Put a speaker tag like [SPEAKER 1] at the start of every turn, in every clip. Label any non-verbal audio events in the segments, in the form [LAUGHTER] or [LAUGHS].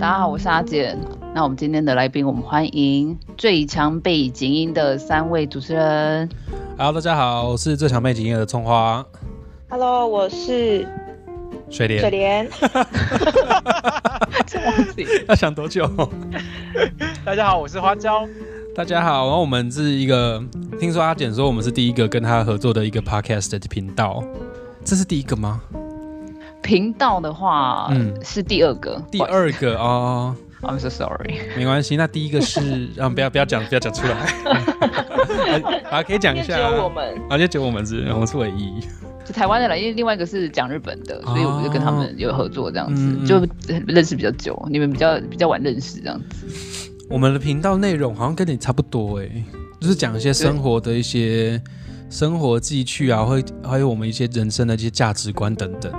[SPEAKER 1] 大家好，我是阿简。那我们今天的来宾，我们欢迎最强背景音的三位主持
[SPEAKER 2] [LAUGHS]
[SPEAKER 1] 人。
[SPEAKER 2] Hello，大家好，我是最强背景音的葱花
[SPEAKER 3] Hello，我是
[SPEAKER 2] 水莲。
[SPEAKER 3] 水莲。
[SPEAKER 1] 这忘记
[SPEAKER 2] [LAUGHS] 要想多久？ [LAUGHS]
[SPEAKER 4] 大家好，我是花椒。
[SPEAKER 2] 大家好，然后我们是一个，听说阿简说我们是第一个跟他合作的一个 podcast 的频道，这是第一个吗？
[SPEAKER 1] 频道的话，
[SPEAKER 2] 嗯
[SPEAKER 1] 是第二个，
[SPEAKER 2] 第二个
[SPEAKER 3] [LAUGHS]
[SPEAKER 2] 哦，
[SPEAKER 1] 不好意思，I'm so sorry。
[SPEAKER 2] 没关系。那第一个
[SPEAKER 3] [LAUGHS]
[SPEAKER 2] 是，啊，不要不要讲，不要讲出来。啊，可以讲一下
[SPEAKER 3] 今天只有我
[SPEAKER 2] 啊。
[SPEAKER 3] 们，
[SPEAKER 2] 而且九我们是，我们是唯一。
[SPEAKER 1] 就台湾的人，因为另外一个是讲日本的，所以我们就跟他们有合作这样子，
[SPEAKER 2] 啊嗯嗯
[SPEAKER 1] 就认识比较久，你们比较比较晚认识这样子。
[SPEAKER 2] 我们的频道内容好像跟你差不多哎、就是讲一些生活的一些生活记趣啊，会还有我们一些人生的一些价值观等等。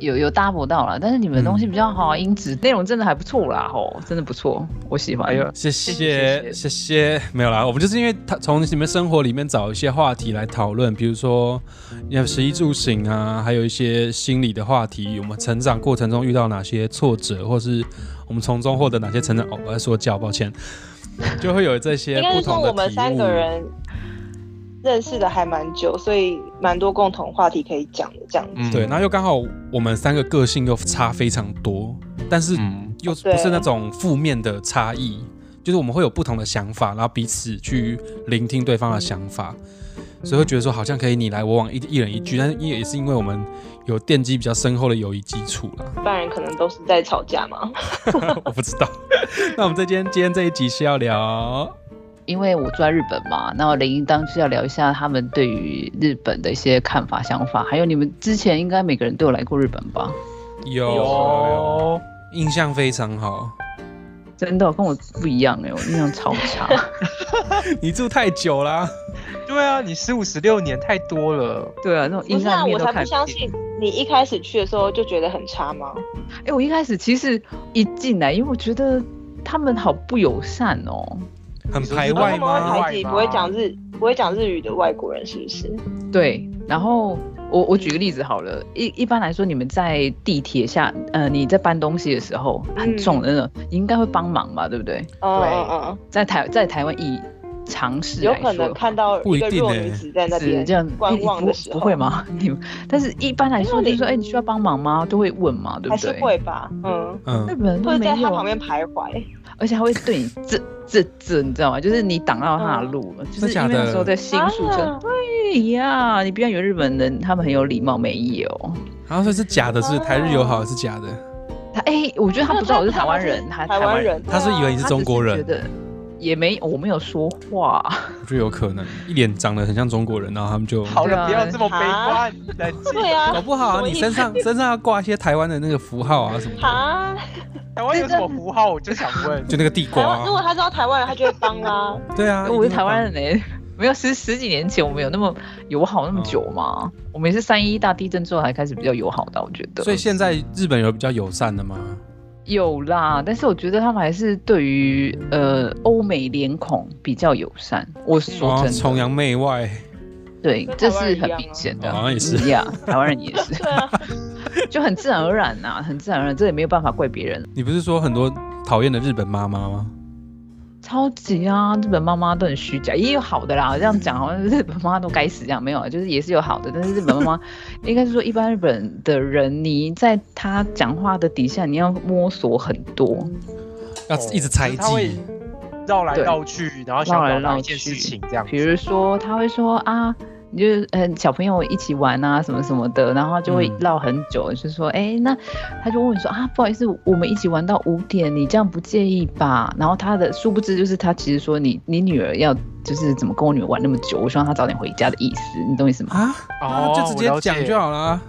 [SPEAKER 1] 有有搭不到啦，但是你们的
[SPEAKER 2] 嗯
[SPEAKER 1] 东西比较好啊，音质内容真的还不错啦，吼，真的不错，我喜欢。
[SPEAKER 4] 哎呦
[SPEAKER 2] 谢
[SPEAKER 1] 谢
[SPEAKER 2] 谢谢谢，没有啦，我们就是因为他从你们生活里面找一些话题来讨论，比如说要食衣住行啊，还有一些心理的话题，我们成长过程中遇到哪些挫折，或是我们从中获得哪些成长。哦，我在说教，抱
[SPEAKER 3] [LAUGHS]
[SPEAKER 2] 歉，就会有这些
[SPEAKER 3] 应该
[SPEAKER 2] 不
[SPEAKER 3] 是说
[SPEAKER 2] 同的
[SPEAKER 3] 我们
[SPEAKER 2] 题
[SPEAKER 3] 三
[SPEAKER 2] 目
[SPEAKER 3] 个人认识的还蛮久，所以蛮多共同话题可以讲的这样子。
[SPEAKER 4] 嗯
[SPEAKER 2] 对，然后又刚好我们三个个性又差非常多，但是
[SPEAKER 4] 嗯，
[SPEAKER 2] 又
[SPEAKER 3] 对
[SPEAKER 2] 不是那种负面的差异，就是我们会有不同的想法，然后彼此去聆听对方的想法，所以会觉得说好像可以你来我往一一人一句，但是也也是因为我们有奠基比较深厚的友谊基础啦。
[SPEAKER 3] 一般人可能都是在吵架嘛。
[SPEAKER 1] 嗯
[SPEAKER 2] 我不知道，那我们这今天今天这一集是要聊，
[SPEAKER 1] 因为我住在日本嘛，那我理应当就是要聊一下他们对于日本的一些看法、想法，还有你们之前应该每个人都有来过日本吧？
[SPEAKER 2] 有哦
[SPEAKER 4] 有
[SPEAKER 2] 印象非常好，
[SPEAKER 1] 真的跟我不一样哎、我印象超
[SPEAKER 3] [LAUGHS]
[SPEAKER 1] 差。
[SPEAKER 2] 你住太久啦，
[SPEAKER 4] 对啊，你十五十六年太多了，
[SPEAKER 1] 对啊，那种
[SPEAKER 3] 不
[SPEAKER 1] 印
[SPEAKER 3] 是啊，
[SPEAKER 1] 象里
[SPEAKER 3] 我
[SPEAKER 1] 面都
[SPEAKER 3] 才
[SPEAKER 1] 看
[SPEAKER 3] 不
[SPEAKER 1] 不
[SPEAKER 3] 相
[SPEAKER 1] 见
[SPEAKER 3] 信你一开始去的时候就觉得很差吗？
[SPEAKER 1] 哎、我一开始其实一进来，因为我觉得他们好不友善哦。
[SPEAKER 2] 很
[SPEAKER 4] 你说
[SPEAKER 2] 排
[SPEAKER 4] 是
[SPEAKER 2] 外
[SPEAKER 3] 然后他们
[SPEAKER 2] 吗
[SPEAKER 3] 会？
[SPEAKER 4] 吗
[SPEAKER 3] 排挤不会讲日不会讲日语的外国人，是不是？
[SPEAKER 1] 对，然后我我举个例子好了，一一般来说，你们在地铁下，呃，你在搬东西的时候很重的那种，你应该会帮忙吧，对不对？
[SPEAKER 3] 嗯
[SPEAKER 4] 对
[SPEAKER 3] 嗯嗯，
[SPEAKER 1] 在台在台湾以尝试
[SPEAKER 3] 有
[SPEAKER 1] 来
[SPEAKER 3] 可
[SPEAKER 1] 说的
[SPEAKER 3] 能
[SPEAKER 1] 话
[SPEAKER 3] 看到
[SPEAKER 2] 不
[SPEAKER 3] 一
[SPEAKER 2] 一
[SPEAKER 3] 个
[SPEAKER 2] 定
[SPEAKER 3] 弱
[SPEAKER 2] 欸
[SPEAKER 3] 女子在那
[SPEAKER 1] 是
[SPEAKER 3] 边
[SPEAKER 1] 这样哎
[SPEAKER 3] 观
[SPEAKER 1] 你
[SPEAKER 3] 望的
[SPEAKER 1] 不
[SPEAKER 3] 时
[SPEAKER 1] 不
[SPEAKER 3] 候，
[SPEAKER 1] 会？
[SPEAKER 3] [LAUGHS]
[SPEAKER 1] 吗？你们，但是一般来说就
[SPEAKER 3] 没有你
[SPEAKER 1] 是说，哎、你需要帮忙吗？都会问嘛，对
[SPEAKER 3] 还
[SPEAKER 1] 不
[SPEAKER 3] 是
[SPEAKER 1] 对？
[SPEAKER 3] 会吧？嗯，
[SPEAKER 1] 日
[SPEAKER 2] 嗯，
[SPEAKER 1] 本人
[SPEAKER 3] 或
[SPEAKER 1] 都
[SPEAKER 3] 者
[SPEAKER 1] 没
[SPEAKER 3] 在他
[SPEAKER 1] 有
[SPEAKER 3] 旁
[SPEAKER 1] 啊，
[SPEAKER 3] 边徘徊。
[SPEAKER 1] 而且还会对你这这这，你知道吗？就是你挡到他的
[SPEAKER 3] 嗯
[SPEAKER 1] 路了，就
[SPEAKER 2] 真
[SPEAKER 1] 是
[SPEAKER 2] 假
[SPEAKER 1] 因为那时候
[SPEAKER 2] 的
[SPEAKER 1] 在新宿城
[SPEAKER 3] 啊。
[SPEAKER 1] 对呀，你不要以为日本人他们很有礼貌，没有。
[SPEAKER 2] 然后说是假的，是不是台日友好是假的，
[SPEAKER 1] 他哎、我觉得他不知道我是台湾人，
[SPEAKER 3] 他
[SPEAKER 1] 还
[SPEAKER 3] 台湾人，，
[SPEAKER 2] 他是以为
[SPEAKER 1] 他
[SPEAKER 2] 你是
[SPEAKER 1] 只
[SPEAKER 2] 中国人
[SPEAKER 1] 觉。得也没我没有说话，
[SPEAKER 2] 我觉得有可能，一脸长得很像中国人，然后他们就
[SPEAKER 4] 好
[SPEAKER 1] 对
[SPEAKER 4] 了，
[SPEAKER 1] 啊
[SPEAKER 4] 不要这么悲
[SPEAKER 3] 啊
[SPEAKER 4] 观，冷静。
[SPEAKER 3] 对啊，
[SPEAKER 2] [LAUGHS] 搞不好、
[SPEAKER 3] 什么
[SPEAKER 2] 你
[SPEAKER 3] 意思
[SPEAKER 2] 身上身上要挂一些台湾的那个符号啊什么的，
[SPEAKER 3] 啊，
[SPEAKER 4] 台湾有什么符号？我就想问。
[SPEAKER 2] 就那个地
[SPEAKER 3] 台
[SPEAKER 2] 瓜、
[SPEAKER 3] 湾如果
[SPEAKER 2] 啊，
[SPEAKER 3] 他知道台湾人，他就会帮啦。
[SPEAKER 2] 对啊，
[SPEAKER 1] 我是
[SPEAKER 2] 一定
[SPEAKER 1] 台
[SPEAKER 2] 要
[SPEAKER 1] 湾
[SPEAKER 2] 放
[SPEAKER 1] 人呢、 [LAUGHS] 没有十十几年前我们有那么友好那
[SPEAKER 2] 嗯
[SPEAKER 1] 么久吗？我们也是三一大地震之后才开始比较友好的，啊我觉得。
[SPEAKER 2] 所以现在日本有比较友善的吗？
[SPEAKER 1] 有啦，但是我觉得他们还是对于呃欧美脸孔比较友善。我说
[SPEAKER 2] 哦，
[SPEAKER 1] 真的，
[SPEAKER 2] 崇洋媚外，
[SPEAKER 1] 对，
[SPEAKER 3] 跟
[SPEAKER 1] 这
[SPEAKER 3] 台湾
[SPEAKER 1] 是
[SPEAKER 3] 人一
[SPEAKER 1] 很
[SPEAKER 3] 样
[SPEAKER 1] 明
[SPEAKER 3] 啊
[SPEAKER 1] 显的，
[SPEAKER 2] 哦好像也是
[SPEAKER 1] 一样，台湾人也是，
[SPEAKER 3] [LAUGHS] 对啊，
[SPEAKER 1] [LAUGHS] 就很自然而然呐、很自然而然，这也没有办法怪别人。
[SPEAKER 2] 你不是说很多讨厌的日本妈妈吗？
[SPEAKER 1] 超级啊！日本妈妈都很虚假，也有好的啦。这样讲好像日本妈妈都该死这样，没有，啊，就是也是有好的。但是日本妈妈应该是说，一般日本的人，你在他讲话的底下，你要摸索很多。
[SPEAKER 2] 要
[SPEAKER 4] 哦
[SPEAKER 2] 一直猜
[SPEAKER 4] 他会
[SPEAKER 2] 忌，
[SPEAKER 4] 绕来
[SPEAKER 1] 对
[SPEAKER 4] 绕去，然后想
[SPEAKER 1] 绕来
[SPEAKER 4] 表达
[SPEAKER 1] 绕
[SPEAKER 4] 一件事
[SPEAKER 1] 去
[SPEAKER 4] 情这样，
[SPEAKER 1] 比如说，他会说啊，你就是嗯小朋友一起玩啊，什么什么的，然后他就会
[SPEAKER 2] 嗯
[SPEAKER 1] 唠很久，就说哎、那他就问你说啊，不好意思，我们一起玩到五点，你这样不介意吧？然后他的殊不知就是他其实说你你女儿要就是怎么跟我女儿玩那么久，我希望她早点回家的意思，你懂我意思吗？
[SPEAKER 2] 啊，
[SPEAKER 4] 哦
[SPEAKER 2] 那就直接讲就好啦。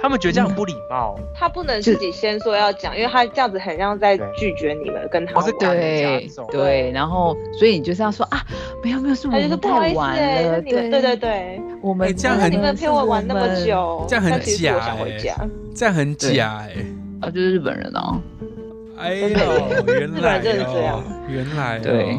[SPEAKER 4] 他们觉得这样很不礼貌。
[SPEAKER 1] 嗯
[SPEAKER 3] 他不能自己先说要讲，因为他这样子很像在拒绝你们跟他
[SPEAKER 4] 我
[SPEAKER 3] 玩
[SPEAKER 4] 是。打人
[SPEAKER 1] 对
[SPEAKER 4] 家走
[SPEAKER 1] 对，然后所以你就是要说啊，没有没有，是我
[SPEAKER 3] 他就说
[SPEAKER 1] 们
[SPEAKER 3] 不好
[SPEAKER 1] 太
[SPEAKER 3] 意思
[SPEAKER 1] 晚
[SPEAKER 3] 欸，
[SPEAKER 1] 了，
[SPEAKER 3] 是你们对对，对，
[SPEAKER 1] 我们
[SPEAKER 2] 哎这样很
[SPEAKER 3] 你们陪我玩那么，
[SPEAKER 1] 是们
[SPEAKER 3] 久，
[SPEAKER 2] 这样很
[SPEAKER 3] 但其实我
[SPEAKER 2] 假
[SPEAKER 3] 想回
[SPEAKER 2] 欸
[SPEAKER 3] 家。
[SPEAKER 2] 这样很假哎、
[SPEAKER 1] 啊，就是日本人哦，
[SPEAKER 2] 哎呦，原来
[SPEAKER 3] 日本人就是这
[SPEAKER 2] 哦，原来哦
[SPEAKER 1] 对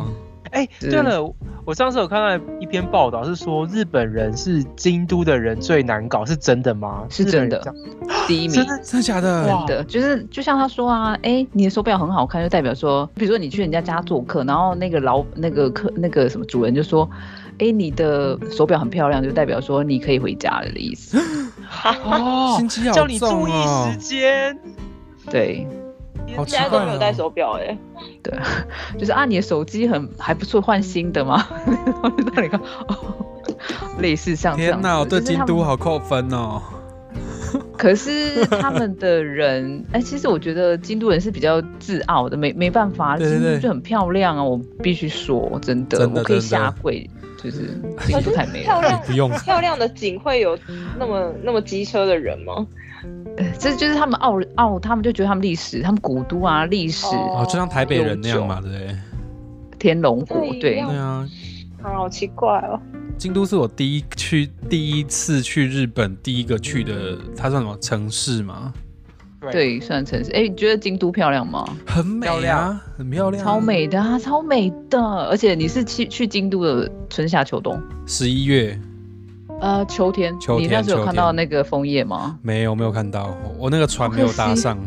[SPEAKER 4] 哎，
[SPEAKER 1] 是
[SPEAKER 4] 对了，我上次有看到一篇报道，是说日本人是京都的人最难搞，是真的吗？
[SPEAKER 1] 是真的
[SPEAKER 4] 日本人
[SPEAKER 1] 第一名
[SPEAKER 4] 这样，真的
[SPEAKER 2] 真的假的？
[SPEAKER 4] 哇
[SPEAKER 1] 真的，就是就像他说啊，哎、你的手表很好看，就代表说，比如说你去人家家做客，然后那个老那个客那个什么主人就说，哎、你的手表很漂亮，就代表说你可以回家了的意
[SPEAKER 2] [LAUGHS]
[SPEAKER 1] 思。
[SPEAKER 4] 哦
[SPEAKER 2] 心机好
[SPEAKER 4] 叫你
[SPEAKER 2] 重
[SPEAKER 4] 注意
[SPEAKER 2] 哦
[SPEAKER 4] 时间，
[SPEAKER 1] 对，
[SPEAKER 2] 好奇
[SPEAKER 3] 现在都
[SPEAKER 2] 怪
[SPEAKER 3] 没有
[SPEAKER 2] 哦
[SPEAKER 3] 戴手表哎、
[SPEAKER 1] 就是啊，你的手机很还不错，换新的吗？ [LAUGHS] 然后就让你看，哦，类似像这样
[SPEAKER 2] 天
[SPEAKER 1] 子。
[SPEAKER 2] 哪，我对
[SPEAKER 1] 就是
[SPEAKER 2] 京
[SPEAKER 1] 他们
[SPEAKER 2] 都好扣分哦。
[SPEAKER 1] 可是他们的
[SPEAKER 2] [LAUGHS]
[SPEAKER 1] 人，哎、其实我觉得京都人是比较自傲的，没没办法，
[SPEAKER 2] 对对对
[SPEAKER 1] 京都就很漂亮啊，我必须说，真的，
[SPEAKER 2] 真的
[SPEAKER 1] 我可以
[SPEAKER 2] 真的哦
[SPEAKER 1] 下跪，就是
[SPEAKER 3] 可
[SPEAKER 1] 京
[SPEAKER 3] 是
[SPEAKER 1] 都太美
[SPEAKER 3] 漂
[SPEAKER 1] 了。
[SPEAKER 3] 亮
[SPEAKER 2] 不用
[SPEAKER 3] 漂亮的景会有那么那么机车的人吗？
[SPEAKER 1] 这就是他们傲傲，他们就觉得他们历史，他们古都啊，历史、
[SPEAKER 3] 哦
[SPEAKER 2] 哦，就像台北人那样嘛，对不对？
[SPEAKER 1] 天龙国
[SPEAKER 3] 不太，一
[SPEAKER 1] 对
[SPEAKER 3] 样
[SPEAKER 2] 对啊，
[SPEAKER 3] 啊，好奇怪哦。
[SPEAKER 2] 京都是我第一去第一次去日本第一个去的，它算什么城市嘛？
[SPEAKER 1] 对，算城市。哎、你觉得京都漂亮吗？
[SPEAKER 2] 很美
[SPEAKER 4] 漂
[SPEAKER 2] 啊
[SPEAKER 4] 亮，
[SPEAKER 2] 很漂亮啊，
[SPEAKER 1] 超美的啊，超美的！而且你是去去京都的春夏秋冬，
[SPEAKER 2] 十一月
[SPEAKER 1] 呃，秋天。
[SPEAKER 2] 秋天
[SPEAKER 1] 你那时候有看
[SPEAKER 2] 秋
[SPEAKER 1] 到
[SPEAKER 2] 天
[SPEAKER 1] 那个枫叶吗？
[SPEAKER 2] 没有没有看到，我那个船没有搭上。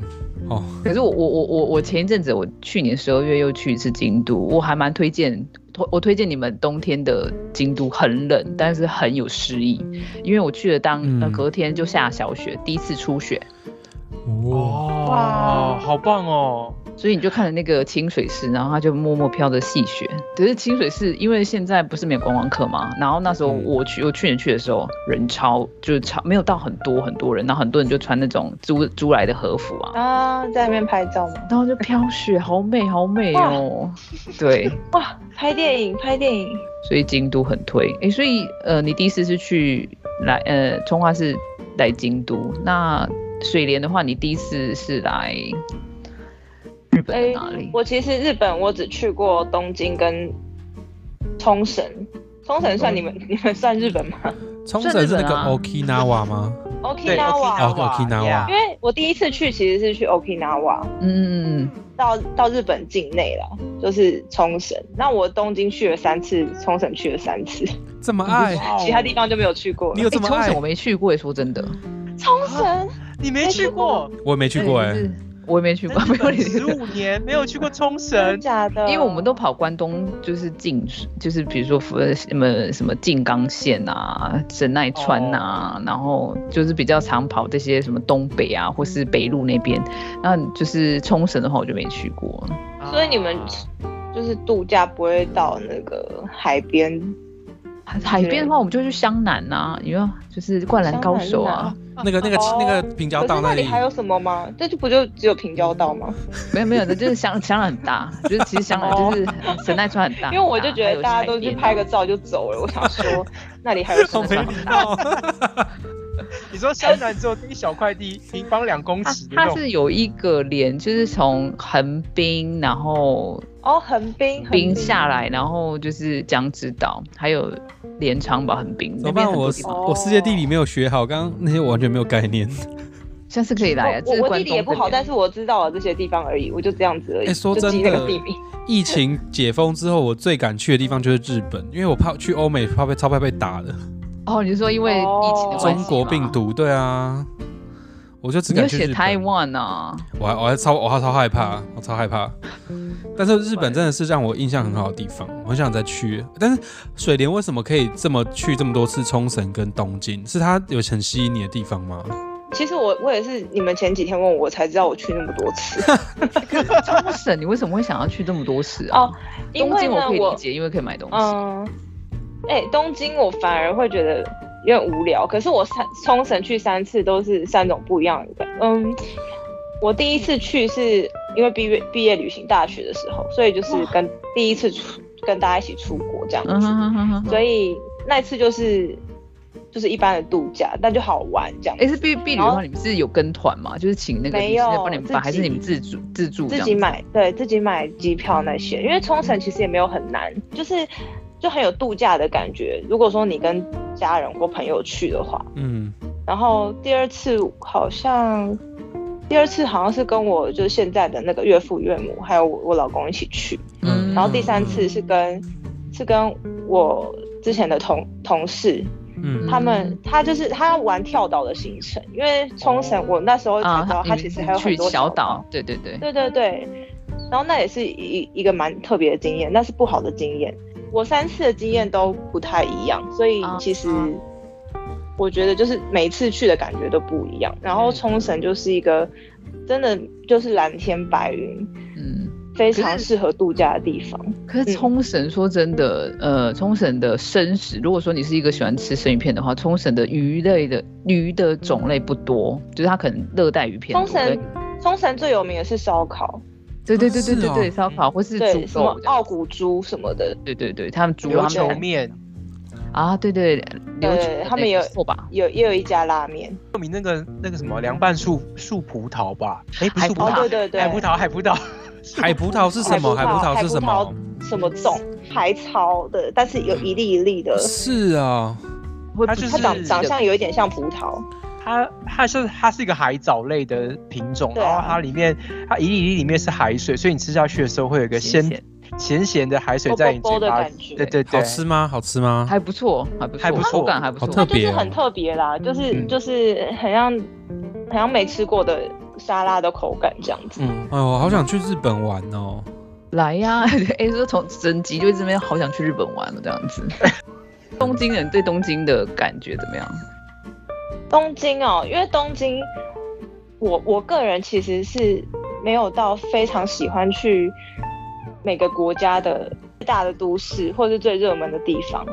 [SPEAKER 2] 哦，
[SPEAKER 1] 可是我我我我我前一阵子，我去年十二月又去一次京都，我还蛮推荐，我我推荐你们冬天的京都很冷，但是很有诗意，因为我去了当、呃
[SPEAKER 2] 嗯
[SPEAKER 1] 隔天就下小雪，第一次初雪，
[SPEAKER 2] 哦，
[SPEAKER 4] 哦
[SPEAKER 3] 哇，
[SPEAKER 4] 好棒哦！
[SPEAKER 1] 所以你就看了那个清水寺，然后它就默默飘着细雪。可是清水寺因为现在不是没有观光客嘛，然后那时候
[SPEAKER 2] 嗯
[SPEAKER 1] 我去，我去年去的时候人超就是超没有到很多很多人，然后很多人就穿那种租租来的和服啊，
[SPEAKER 3] 啊，在那边拍照吗？
[SPEAKER 1] 然后就飘雪，好美好美哦。对，
[SPEAKER 3] 哇，拍电影，拍电影。
[SPEAKER 1] 所以京都很推。诶，所以呃，你第一次是去来呃冲花是来京都，那水莲的话，你第一次是来日本的
[SPEAKER 3] 诶
[SPEAKER 1] 哪里？
[SPEAKER 3] 我其实日本我只去过东京跟冲绳，冲绳算你们、你们算日本吗
[SPEAKER 2] 冲绳是那
[SPEAKER 1] 算日
[SPEAKER 2] 个
[SPEAKER 1] 本啊
[SPEAKER 2] Okinawa 吗？
[SPEAKER 4] 对
[SPEAKER 3] ？Okinawa，
[SPEAKER 2] 哦，Okinawa
[SPEAKER 4] yeah
[SPEAKER 3] 因为我第一次去其实是去 Okinawa，
[SPEAKER 1] 嗯，
[SPEAKER 3] 到到日本境内了，就是冲绳。那我东京去了三次，冲绳去了三次，
[SPEAKER 2] 这么爱，
[SPEAKER 4] 哇哦
[SPEAKER 3] 其他地方就没有去过
[SPEAKER 2] 你有
[SPEAKER 3] 了。
[SPEAKER 1] 诶
[SPEAKER 2] 这么
[SPEAKER 1] 冲
[SPEAKER 2] 爱
[SPEAKER 1] 绳我？没去过，说真的。
[SPEAKER 3] 冲绳
[SPEAKER 4] 你没去过，
[SPEAKER 2] 我也没去过
[SPEAKER 1] 对
[SPEAKER 2] 哎
[SPEAKER 1] 就，是我也没去过，没有你
[SPEAKER 4] 十五年没有去过冲
[SPEAKER 3] 真的
[SPEAKER 4] [LAUGHS] 绳，
[SPEAKER 3] 假的？
[SPEAKER 1] 因为我们都跑关东，就是进，就是比如说呃什么什么静冈县啊、神奈川啊，
[SPEAKER 3] 哦
[SPEAKER 1] 然后就是比较常跑这些什么东北啊，或是北路那边。那就是冲绳的话，我就没去过。
[SPEAKER 3] 所以你
[SPEAKER 4] 啊
[SPEAKER 3] 们就是度假不会到那个海边
[SPEAKER 1] 海边的话，我们就去湘南啊，你为就是灌篮高手啊，
[SPEAKER 2] 那个那个
[SPEAKER 3] 哦
[SPEAKER 2] 那个平
[SPEAKER 3] 可
[SPEAKER 2] 交
[SPEAKER 3] 是
[SPEAKER 2] 道
[SPEAKER 3] 那
[SPEAKER 2] 里
[SPEAKER 3] 里还有什么吗？这就不就只有平交道吗？
[SPEAKER 1] 没有没有的，就是湘湘南很大，就是其实湘南就是神奈川很大，
[SPEAKER 3] 哦 [LAUGHS] 因为我就觉
[SPEAKER 1] 还有
[SPEAKER 3] 得大家都
[SPEAKER 1] 海
[SPEAKER 3] 去
[SPEAKER 1] 边啊
[SPEAKER 3] 拍个照就走了，我
[SPEAKER 1] [LAUGHS]
[SPEAKER 3] 想说那里还有什
[SPEAKER 2] 好
[SPEAKER 3] 么
[SPEAKER 2] 没
[SPEAKER 3] 地
[SPEAKER 2] 礼
[SPEAKER 3] 方？
[SPEAKER 2] 貌，
[SPEAKER 4] 你说湘南只有一小块地，平方两公
[SPEAKER 1] 它
[SPEAKER 4] 尺的那
[SPEAKER 1] 它
[SPEAKER 4] 种，
[SPEAKER 1] 是有一个连，就是从横滨，然后
[SPEAKER 3] 哦，横滨，横
[SPEAKER 1] 冰下来，然后就是江之岛，还有镰仓吧，横滨
[SPEAKER 2] 怎
[SPEAKER 1] 那
[SPEAKER 2] 么
[SPEAKER 1] 边
[SPEAKER 2] 办？
[SPEAKER 1] 很多
[SPEAKER 2] 我
[SPEAKER 1] 地方，
[SPEAKER 3] 哦
[SPEAKER 2] 我世界地理没有学好，刚刚那些完全没有概念。
[SPEAKER 1] 下次可以来啊。这
[SPEAKER 3] 我
[SPEAKER 1] 是
[SPEAKER 3] 我我
[SPEAKER 1] 关
[SPEAKER 3] 地理也不
[SPEAKER 1] 东这
[SPEAKER 3] 好，
[SPEAKER 1] 边
[SPEAKER 3] 但是我知道了这些地方而已，我就这样子而已。
[SPEAKER 2] 哎说
[SPEAKER 3] 就记
[SPEAKER 2] 真的
[SPEAKER 3] 那个地名，
[SPEAKER 2] 疫情解封之后，我最敢去的地方就是日本，因为我怕去欧美怕被超怕被
[SPEAKER 1] [LAUGHS]
[SPEAKER 2] 打的，
[SPEAKER 1] 哦，你是说因为疫
[SPEAKER 3] 哦
[SPEAKER 1] 情的关系
[SPEAKER 2] 中
[SPEAKER 1] 吗
[SPEAKER 2] 国病，毒，对啊，我就只
[SPEAKER 1] 你就
[SPEAKER 2] 敢去
[SPEAKER 1] 写
[SPEAKER 2] 日
[SPEAKER 1] 台
[SPEAKER 2] 本。
[SPEAKER 1] 湾啊，
[SPEAKER 2] 我还我还超我还超害怕，我超害怕。但是日本真的是让我印象很好的地方，我很想再去。但是水莲为什么可以这么去这么多次冲绳跟东京？是它有很吸引你的地方吗？
[SPEAKER 3] 其实我我也是你们前几天问我才知道我去那么多次，
[SPEAKER 1] [LAUGHS] 冲绳，你为什么会想要去这么多次啊
[SPEAKER 3] 哦？因
[SPEAKER 1] 东
[SPEAKER 3] 为
[SPEAKER 1] 京我
[SPEAKER 3] 呢
[SPEAKER 1] 可以理
[SPEAKER 3] 我
[SPEAKER 1] 解，因为可以买东西。
[SPEAKER 3] 嗯，哎、东京我反而会觉得有点无聊，可是我三冲绳去三次都是三种不一样的。嗯，我第一次去是因为毕业毕业旅行大学的时候，所以就是跟第一次出跟大家一起出国这样子，
[SPEAKER 1] 嗯哼哼哼哼，
[SPEAKER 3] 所以那次就是就是一般的度假，但就好玩这样子。
[SPEAKER 1] 哎，是避避旅的
[SPEAKER 3] 然后
[SPEAKER 1] 话，你们是有跟团吗？就是请那个
[SPEAKER 3] 没
[SPEAKER 1] 旅行社
[SPEAKER 3] 有
[SPEAKER 1] 帮你们
[SPEAKER 3] 自
[SPEAKER 1] 办，还是
[SPEAKER 3] 己
[SPEAKER 1] 你们自助自助这
[SPEAKER 3] 自
[SPEAKER 1] 样
[SPEAKER 3] 己
[SPEAKER 1] 子
[SPEAKER 3] 买，对自己买机票那些，因为冲绳其实也没有很难，就是就很有度假的感觉。如果说你跟家人或朋友去的话，
[SPEAKER 2] 嗯，
[SPEAKER 3] 然后第二次好像，第二次好像是跟我就是现在的那个岳父岳母还有我我老公一起去，
[SPEAKER 2] 嗯
[SPEAKER 3] 然后第三次是跟是跟我之前的同同事，
[SPEAKER 2] 嗯
[SPEAKER 3] 他们他就是他要玩跳岛的行程，因为冲绳我那时候才
[SPEAKER 1] 啊，
[SPEAKER 3] 知道
[SPEAKER 1] 他
[SPEAKER 3] 它其实还有很
[SPEAKER 1] 去
[SPEAKER 3] 多
[SPEAKER 1] 小岛，对对对，
[SPEAKER 3] 对对对，然后那也是一一个蛮特别的经验，那是不好的经验。我三次的经验都不太一样，所以
[SPEAKER 1] 啊
[SPEAKER 3] 其实
[SPEAKER 1] 啊
[SPEAKER 3] 我觉得就是每次去的感觉都不一样。然后冲绳就是一个真的就是蓝天白云，
[SPEAKER 1] 嗯。
[SPEAKER 3] 非常适合度假的地方。
[SPEAKER 1] 可是
[SPEAKER 3] 嗯
[SPEAKER 1] 冲绳说真的，呃，冲绳的生食，如果说你是一个喜欢吃生鱼片的话，冲绳的鱼类的鱼的种类不多，就是它可能热带鱼片多。
[SPEAKER 3] 冲绳冲绳最有名的是烧烤，
[SPEAKER 4] 哦
[SPEAKER 1] 对对对对对对，
[SPEAKER 2] 是
[SPEAKER 1] 烧烤或是
[SPEAKER 3] 嗯对
[SPEAKER 1] 猪
[SPEAKER 3] 什么
[SPEAKER 1] 肉这样，
[SPEAKER 3] 奥古猪什么的，
[SPEAKER 1] 对对对，他们猪肉
[SPEAKER 4] 琉
[SPEAKER 1] 他
[SPEAKER 4] 球
[SPEAKER 1] 们
[SPEAKER 4] 面，
[SPEAKER 1] 啊，对对，琉球
[SPEAKER 3] 他们有
[SPEAKER 1] 不错吧？
[SPEAKER 3] 有也有一家拉面。
[SPEAKER 4] 有名那个那个什么凉拌树树葡萄吧？哎，不是
[SPEAKER 1] 海
[SPEAKER 4] 树葡
[SPEAKER 1] 葡
[SPEAKER 3] 哦
[SPEAKER 1] 萄，
[SPEAKER 4] 萄，
[SPEAKER 3] 对对对，
[SPEAKER 4] 海葡萄，海葡萄，
[SPEAKER 2] 海葡萄是什么？海
[SPEAKER 3] 海
[SPEAKER 2] 葡
[SPEAKER 3] 葡萄
[SPEAKER 2] 萄是什
[SPEAKER 3] 海
[SPEAKER 2] 么
[SPEAKER 3] 葡？什么种海草的，但是有一粒一粒的，
[SPEAKER 2] 是啊，
[SPEAKER 1] 会
[SPEAKER 4] 它
[SPEAKER 1] 不
[SPEAKER 4] 就
[SPEAKER 3] 它
[SPEAKER 4] 是
[SPEAKER 1] 记
[SPEAKER 3] 长
[SPEAKER 1] 得
[SPEAKER 3] 长相有一点像葡萄，
[SPEAKER 4] [LAUGHS] 它它是它是一个海藻类的品种，
[SPEAKER 3] 对啊
[SPEAKER 4] 然后它里面它一粒一粒里面是海水，所以你吃下去的时候会有一个
[SPEAKER 1] 咸
[SPEAKER 4] 鲜
[SPEAKER 1] 咸
[SPEAKER 4] 咸咸的海水在你
[SPEAKER 3] 啵啵啵
[SPEAKER 4] 嘴
[SPEAKER 3] 的
[SPEAKER 4] 巴
[SPEAKER 3] 感觉
[SPEAKER 4] 对对
[SPEAKER 2] 好
[SPEAKER 4] 对，
[SPEAKER 2] 吃吗？好吃吗？
[SPEAKER 1] 还不错，还不错，
[SPEAKER 4] 还不错
[SPEAKER 1] 口感还不
[SPEAKER 2] 好
[SPEAKER 1] 错，
[SPEAKER 2] 特
[SPEAKER 3] 就
[SPEAKER 2] 别
[SPEAKER 3] 是
[SPEAKER 2] 哦
[SPEAKER 3] 很特别啦，就是、
[SPEAKER 4] 嗯
[SPEAKER 3] 就是很像很像没吃过的沙拉的口感这样子。
[SPEAKER 4] 嗯，
[SPEAKER 2] 哎呦，我好想去日本玩哦！
[SPEAKER 1] 来呀、 [LAUGHS] 哎、说从整集就这边好想去日本玩了这样子。 [LAUGHS] 东京人对东京的感觉怎么样？
[SPEAKER 3] 东京哦，因为东京，我我个人其实是没有到非常喜欢去每个国家的最大的都市或是最热门的地方，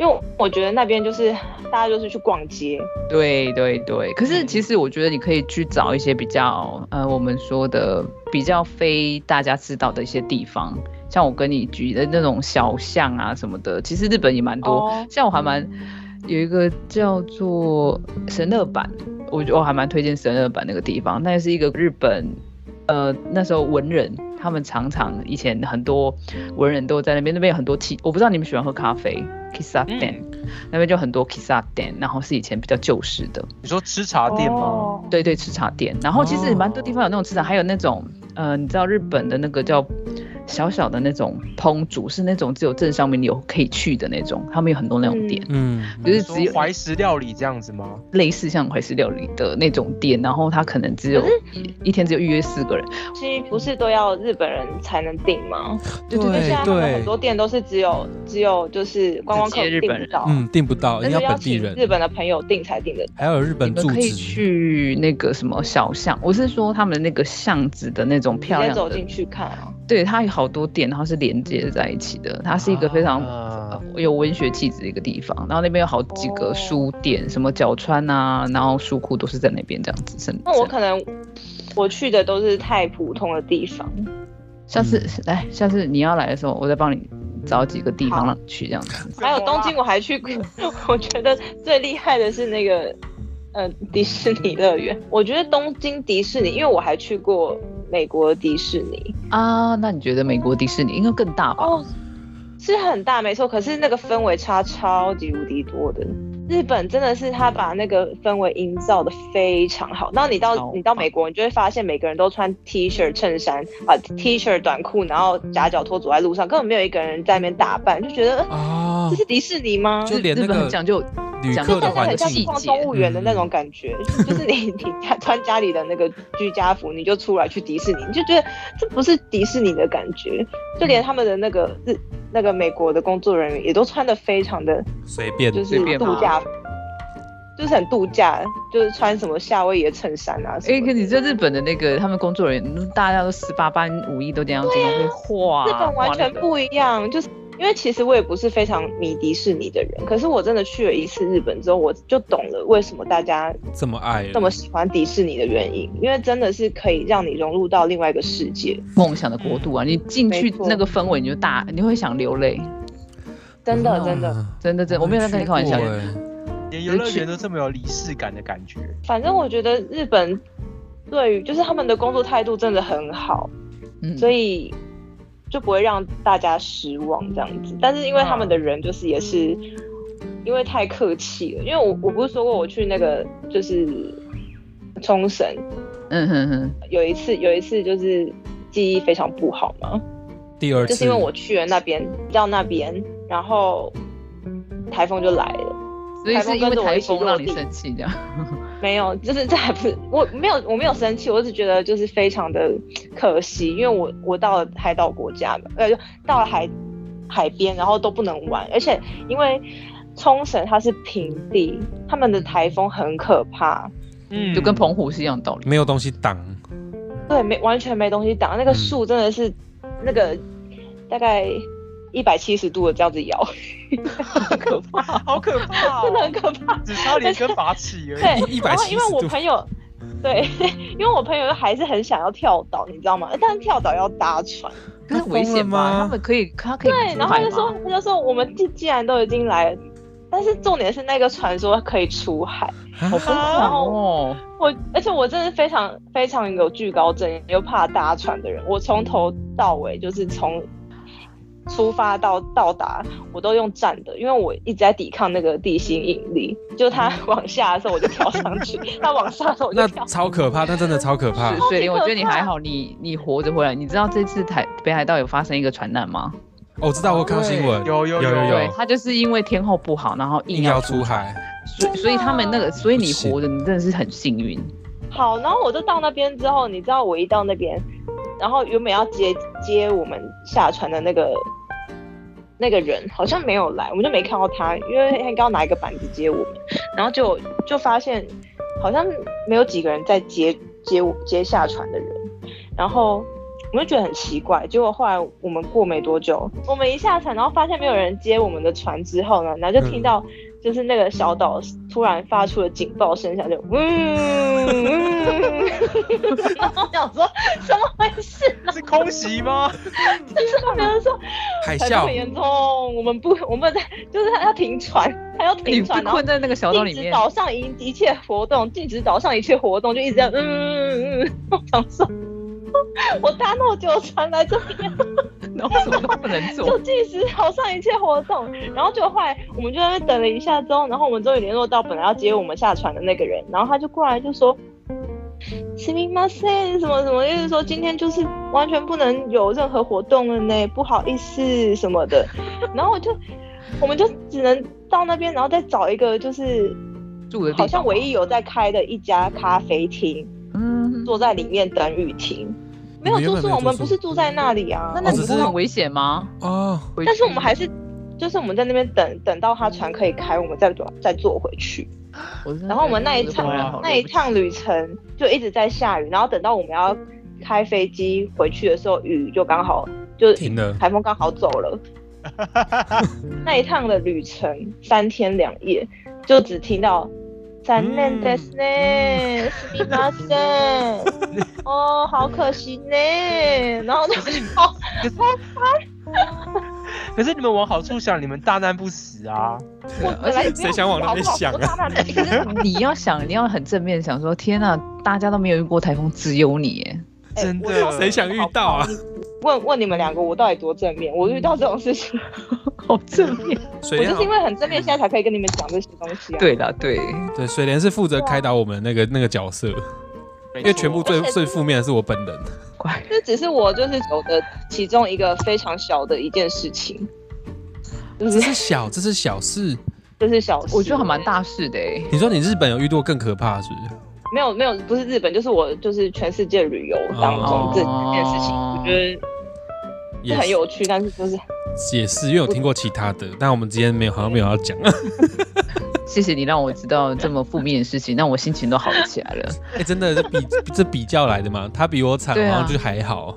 [SPEAKER 3] 因为我觉得那边就是大家就是去逛街，
[SPEAKER 1] 对对对，可是其实我觉得你可以去找一些比较呃，我们说的比较非大家知道的一些地方，像我跟你举的那种小巷啊什么的，其实日本也蛮多。
[SPEAKER 3] 哦
[SPEAKER 1] 像我还蛮有一个叫做神乐坂，我觉得我还蛮推荐神乐坂那个地方，那是一个日本。呃，那时候文人他们常常以前很多文人都在那边，那边有很多汽，我不知道你们喜欢喝咖啡 k i s a
[SPEAKER 4] 嗯
[SPEAKER 1] d a n 那边就很多 kissa 店，然后是以前比较旧式的，
[SPEAKER 4] 你说吃茶店吗？
[SPEAKER 3] 哦
[SPEAKER 1] 对对，吃茶店。然后其实
[SPEAKER 2] 哦
[SPEAKER 1] 蛮多地方有那种吃茶，还有那种呃，你知道日本的那个叫小小的那种烹煮，是那种只有政商名流可以去的那种，他们有很多那种
[SPEAKER 3] 嗯
[SPEAKER 1] 店，
[SPEAKER 2] 嗯，
[SPEAKER 1] 就是
[SPEAKER 4] 说
[SPEAKER 1] 只有
[SPEAKER 4] 怀石料理这样子吗？
[SPEAKER 1] 类似像怀石料理的那种店，然后他可能只有
[SPEAKER 3] 可是
[SPEAKER 1] 一天只有预约四个人，
[SPEAKER 3] 其实不是都要日本人才能订吗？
[SPEAKER 1] 对
[SPEAKER 3] 就现在
[SPEAKER 2] 对
[SPEAKER 3] 他们很
[SPEAKER 2] 对
[SPEAKER 3] 多，店都是只有只有就是观光客
[SPEAKER 1] 直接日
[SPEAKER 3] 订
[SPEAKER 1] 本
[SPEAKER 3] 不
[SPEAKER 1] 人
[SPEAKER 3] 到，
[SPEAKER 2] 嗯，订不到，一
[SPEAKER 3] 但
[SPEAKER 2] 定
[SPEAKER 3] 是
[SPEAKER 2] 要
[SPEAKER 3] 要
[SPEAKER 2] 本地
[SPEAKER 3] 请
[SPEAKER 2] 人，
[SPEAKER 3] 日本的朋友订才订得到。
[SPEAKER 2] 还有日
[SPEAKER 1] 你
[SPEAKER 2] 本
[SPEAKER 1] 们
[SPEAKER 2] 住
[SPEAKER 1] 可以
[SPEAKER 2] 址。
[SPEAKER 1] 去那个什么小巷，我是说他们那个巷子的那种漂
[SPEAKER 3] 直接
[SPEAKER 1] 亮
[SPEAKER 3] 走
[SPEAKER 1] 的
[SPEAKER 3] 进去看啊，
[SPEAKER 1] 对，它有好多店，然后是连接在一起的，它是一个非常、
[SPEAKER 4] 啊
[SPEAKER 1] 呃有文学气质的一个地方。然后那边有好几个
[SPEAKER 3] 哦
[SPEAKER 1] 书店，什么角川啊，然后书库都是在那边这样子。甚
[SPEAKER 3] 哦那我
[SPEAKER 1] 至
[SPEAKER 3] 可能我去的都是太普通的地方，
[SPEAKER 1] 下次、来，哎下次你要来的时候，我再帮你找几个地方让你去这样子。
[SPEAKER 2] 啊
[SPEAKER 3] 还有东京，我还去过。 [LAUGHS] 我觉得最厉害的是那个，呃，迪士尼乐园。我觉得东京迪士尼，因为我还去过美国迪士尼，
[SPEAKER 1] 啊，那你觉得美国迪士尼应该更大吧？
[SPEAKER 3] 哦，是很大没错，可是那个氛围差超级无敌多的。日本真的是他把那个氛围营造的非常好。然后你
[SPEAKER 1] 超
[SPEAKER 3] 到
[SPEAKER 1] 棒
[SPEAKER 3] 你到美国，你就会发现每个人都穿 T 恤衬衫啊、T 恤短裤，然后夹脚拖走在路上，根本没有一个人在那边打扮，就觉得、呃
[SPEAKER 2] 啊
[SPEAKER 3] 这，是迪士尼吗？
[SPEAKER 2] 就连那
[SPEAKER 1] 日本
[SPEAKER 2] 个
[SPEAKER 1] 很讲究
[SPEAKER 2] 旅
[SPEAKER 1] 讲
[SPEAKER 2] 客
[SPEAKER 1] 究
[SPEAKER 2] 的
[SPEAKER 3] 但是
[SPEAKER 2] 环
[SPEAKER 3] 很像
[SPEAKER 2] 境
[SPEAKER 1] 气，
[SPEAKER 3] 逛动物园的那
[SPEAKER 1] 嗯
[SPEAKER 3] 种感觉， [LAUGHS] 就是你你家穿家里的那个居家服，你就出来去迪士尼，你就觉得这不是迪士尼的感觉，就连他们的那个日那个美国的工作人员也都穿的非常的
[SPEAKER 2] 随便
[SPEAKER 3] 就是
[SPEAKER 1] 随便吧
[SPEAKER 3] 度假，就是很度假，就是穿什么夏威夷的衬衫啊什
[SPEAKER 1] 哎、
[SPEAKER 3] 么
[SPEAKER 1] 可
[SPEAKER 3] 的。
[SPEAKER 1] 你这日本的那个他们工作人员，嗯大家都十八般武艺都这样子，然后会画，
[SPEAKER 3] 啊日本完
[SPEAKER 1] 画那
[SPEAKER 3] 全
[SPEAKER 1] 个
[SPEAKER 3] 不一样，就是因为其实我也不是非常迷迪士尼的人，可是我真的去了一次日本之后，我就懂了为什么大家
[SPEAKER 2] 这么爱了，
[SPEAKER 3] 那么喜欢迪士尼的原因，因为真的是可以让你融入到另外一个世界，
[SPEAKER 1] 梦想的国度啊！你进
[SPEAKER 3] 没
[SPEAKER 1] 去
[SPEAKER 3] 错
[SPEAKER 1] 那个氛围，你就大，你会想流泪，
[SPEAKER 3] 真的
[SPEAKER 2] 哇
[SPEAKER 3] 真的。，
[SPEAKER 1] 真的真的，我没有在跟你开玩笑。
[SPEAKER 2] 没去过哎
[SPEAKER 4] 连游乐园都这么有仪式感的感觉。
[SPEAKER 3] 反正我觉得日本对于就是他们的工作态度真的很好，
[SPEAKER 1] 嗯，
[SPEAKER 3] 所以就不会让大家失望这样子。但是因为他们的人就是也是因为太客气了，因为我我不是说过我去那个就是冲绳
[SPEAKER 1] 嗯哼哼，
[SPEAKER 3] 有一次有一次就是记忆非常不好嘛，
[SPEAKER 2] 第二次
[SPEAKER 3] 就是因为我去了那边，到那边，然后台风就来了。
[SPEAKER 1] 所以是因为台风让你
[SPEAKER 3] 台风跟着我一起落地
[SPEAKER 1] 生气这样。
[SPEAKER 3] 没有，就是这还不是我没有我没有生气，我只觉得就是非常的可惜，因为我我到了海岛国家嘛，呃，就到了海海边，然后都不能玩，而且因为冲绳它是平地，他们的台风很可怕，
[SPEAKER 4] 嗯
[SPEAKER 1] 就跟澎湖是一样的道理。
[SPEAKER 2] 没有东西挡，
[SPEAKER 3] 对，没完全没东西挡，那个
[SPEAKER 2] 嗯
[SPEAKER 3] 树真的是那个大概一百七十度的这样子摇，
[SPEAKER 4] [LAUGHS]
[SPEAKER 3] 很可怕，
[SPEAKER 4] 好可
[SPEAKER 3] [LAUGHS]
[SPEAKER 4] 怕、哦
[SPEAKER 3] 真的
[SPEAKER 1] [LAUGHS]
[SPEAKER 3] 很可怕。
[SPEAKER 4] 只差连根拔起而已。
[SPEAKER 3] 对，
[SPEAKER 2] 一
[SPEAKER 3] 然后因为
[SPEAKER 2] 170
[SPEAKER 3] 我
[SPEAKER 2] 度
[SPEAKER 3] 朋友， [LAUGHS] 对，因为我朋友还是很想要跳岛，你知道吗？但是跳岛要搭船，
[SPEAKER 1] 可是很危险
[SPEAKER 2] 他疯了
[SPEAKER 1] 吧？
[SPEAKER 2] 吗
[SPEAKER 1] 他们可以，他可以
[SPEAKER 3] 对，
[SPEAKER 1] 出
[SPEAKER 3] 然后他
[SPEAKER 1] 海
[SPEAKER 3] 就
[SPEAKER 1] 吗
[SPEAKER 3] 说，他就说我们既既然都已经来了，但是重点是那个船说可以出海，
[SPEAKER 1] 好疯
[SPEAKER 3] 然
[SPEAKER 2] 啊
[SPEAKER 1] 狂
[SPEAKER 3] 后
[SPEAKER 1] 哦！
[SPEAKER 3] 我而且我真的非常非常有惧高症又怕搭船的人，我从头到尾就是从出发到到达我都用站的，因为我一直在抵抗那个地心引力，就它 [LAUGHS] 往下的时候我就跳上去，它往上的时候我就
[SPEAKER 2] 那
[SPEAKER 3] 跳。
[SPEAKER 2] 超可怕，那真的超可怕
[SPEAKER 1] 是。水
[SPEAKER 3] 级
[SPEAKER 1] 莲，我
[SPEAKER 3] 可
[SPEAKER 1] 觉得你
[SPEAKER 3] 怕
[SPEAKER 1] 还好，你你活着回来。你知道这次台北海道有发生一个船难吗？
[SPEAKER 2] 哦我知道，我看到新闻，
[SPEAKER 4] 有有
[SPEAKER 2] 有有
[SPEAKER 4] 有
[SPEAKER 1] 对
[SPEAKER 2] 有，，
[SPEAKER 1] 他就是因为天候不好，然后
[SPEAKER 2] 哎硬
[SPEAKER 1] 硬
[SPEAKER 2] 要
[SPEAKER 1] 要
[SPEAKER 2] 出
[SPEAKER 1] 出海，
[SPEAKER 2] 海，
[SPEAKER 1] 所以所以他们那个，所以你
[SPEAKER 2] 不行
[SPEAKER 1] 活着，你真的是很幸运。
[SPEAKER 3] 好，然后我就到那边之后，你知道我一到那边，然后原本要接接我们下船的那个那个人好像没有来，我们就没看到他，因为他刚拿一个板子接我们，然后就就发现好像没有几个人在接接我接下船的人，然后。我们就觉得很奇怪，结果后来我们过没多久，我们一下船，然后发现没有人接我们的船之后呢，然后就听到就是那个小岛突然发出了警报声响，就嗯嗯，然后我想说怎么回事 [LAUGHS] 呢？
[SPEAKER 4] 是空
[SPEAKER 1] [LAUGHS]
[SPEAKER 4] 袭吗？
[SPEAKER 3] 然后别人说
[SPEAKER 2] 海
[SPEAKER 3] 台风
[SPEAKER 2] 啸
[SPEAKER 3] 很，严重，我们不，我们在就是他要停船，他要
[SPEAKER 1] 你
[SPEAKER 3] 停
[SPEAKER 1] 被
[SPEAKER 3] 船，然后
[SPEAKER 1] 困在那个小岛里
[SPEAKER 3] 禁止
[SPEAKER 1] 面，
[SPEAKER 3] 岛上一一切活动，禁止岛上一切活动，就一直在嗯嗯嗯，我想说。我搭诺就有船来这边，
[SPEAKER 1] 然后什么都不能
[SPEAKER 3] 就
[SPEAKER 1] 做。
[SPEAKER 3] 禁止岛上一切活动，
[SPEAKER 1] 嗯
[SPEAKER 3] 然后就后来我们就在那边等了一下之后，然后我们终于联络到本来要接我们下船的那个人，然后他就过来就说，すみません，什么什么，就是说今天就是完全不能有任何活动了呢，不好意思什么
[SPEAKER 1] [LAUGHS]
[SPEAKER 3] 的。然后我就，我们就只能到那边，然后再找一个 [LAUGHS] 就是
[SPEAKER 1] 住的地
[SPEAKER 3] 好
[SPEAKER 1] 方
[SPEAKER 3] 像唯一有在开的一家咖啡厅，
[SPEAKER 1] 嗯，
[SPEAKER 3] 坐在里面等雨停。没
[SPEAKER 2] 你
[SPEAKER 3] 有
[SPEAKER 2] 们原本
[SPEAKER 3] 住宿，
[SPEAKER 2] 没有
[SPEAKER 3] 我们
[SPEAKER 2] 住
[SPEAKER 3] 不
[SPEAKER 2] 宿
[SPEAKER 3] 是住在那里啊。
[SPEAKER 1] 那那
[SPEAKER 2] 哦
[SPEAKER 1] 你
[SPEAKER 2] 只
[SPEAKER 1] 不
[SPEAKER 2] 是
[SPEAKER 1] 是很危险吗？
[SPEAKER 2] 哦，
[SPEAKER 1] 回
[SPEAKER 3] 但是
[SPEAKER 1] 去
[SPEAKER 3] 我们还是，就是我们在那边等等到他船可以开，我们再坐再坐回去。
[SPEAKER 1] 我真的
[SPEAKER 3] 然后我们
[SPEAKER 1] 觉得
[SPEAKER 3] 那一
[SPEAKER 1] 这个
[SPEAKER 3] 趟
[SPEAKER 1] 回来好
[SPEAKER 3] 那
[SPEAKER 1] 了
[SPEAKER 3] 一
[SPEAKER 1] 不起
[SPEAKER 3] 趟旅程就一直在下雨，然后等到我们要开飞机回去的时候，雨就刚好就
[SPEAKER 2] 停了
[SPEAKER 3] 台风刚好走了。那一趟的旅程三天两夜，就只
[SPEAKER 2] 嗯
[SPEAKER 3] 听到。残念ですね，すみません。
[SPEAKER 2] [LAUGHS]
[SPEAKER 3] 哦，好可惜呢。然后就
[SPEAKER 2] 啊
[SPEAKER 3] 哦，
[SPEAKER 4] 可是你们往好处想，你们大难不死啊！
[SPEAKER 1] 对
[SPEAKER 3] 我
[SPEAKER 1] 啊
[SPEAKER 3] 本来
[SPEAKER 1] 而且
[SPEAKER 3] 没有
[SPEAKER 2] 谁想往那边
[SPEAKER 3] 好不好
[SPEAKER 2] 想啊
[SPEAKER 3] 我大
[SPEAKER 2] [LAUGHS]
[SPEAKER 3] 大的
[SPEAKER 1] 你要想，你要很正面想说，天呐，大家都没有遇过台风，只有你耶。
[SPEAKER 3] 哎
[SPEAKER 4] 真的
[SPEAKER 3] 我到底
[SPEAKER 2] 谁想遇到啊
[SPEAKER 3] 好不好？你问问你们两个，我到底多正面？我遇到这种事情，
[SPEAKER 1] 好正面。
[SPEAKER 2] 水
[SPEAKER 3] 我
[SPEAKER 2] 莲
[SPEAKER 3] 就
[SPEAKER 2] 好
[SPEAKER 3] 是因为很正面，现在才可以跟你们讲这些东西啊。，
[SPEAKER 1] 啊对啦，对，
[SPEAKER 2] 对水莲是负责开导我们那个那个角色，因为全部最
[SPEAKER 3] 而且
[SPEAKER 2] 最负面的是我本人。
[SPEAKER 1] 乖，
[SPEAKER 3] 这只是我就是有的其中一个非常小的一件事情，就
[SPEAKER 2] 这
[SPEAKER 3] 是
[SPEAKER 2] 是小，这是小事。
[SPEAKER 3] 这是小事。
[SPEAKER 1] 我觉得还蛮大事的哎。
[SPEAKER 2] 你说你日本有遇到更可怕的是不是？
[SPEAKER 3] 没有没有，不是日本，就是我就是全世界旅游当中
[SPEAKER 2] 哦
[SPEAKER 3] 这这件事情，我觉得
[SPEAKER 2] 也
[SPEAKER 3] 是很
[SPEAKER 2] 是
[SPEAKER 3] 有趣，但是就是
[SPEAKER 2] 也是，因为我听过其他的，但我们今天没有，好像没有要讲。 [LAUGHS] 哎、
[SPEAKER 1] 谢谢你让我知道这么负面的事情，让我心情都好起来了。
[SPEAKER 2] 哎真的，这比这比较来的嘛，他比我惨，
[SPEAKER 1] 对啊
[SPEAKER 2] 好像就还好。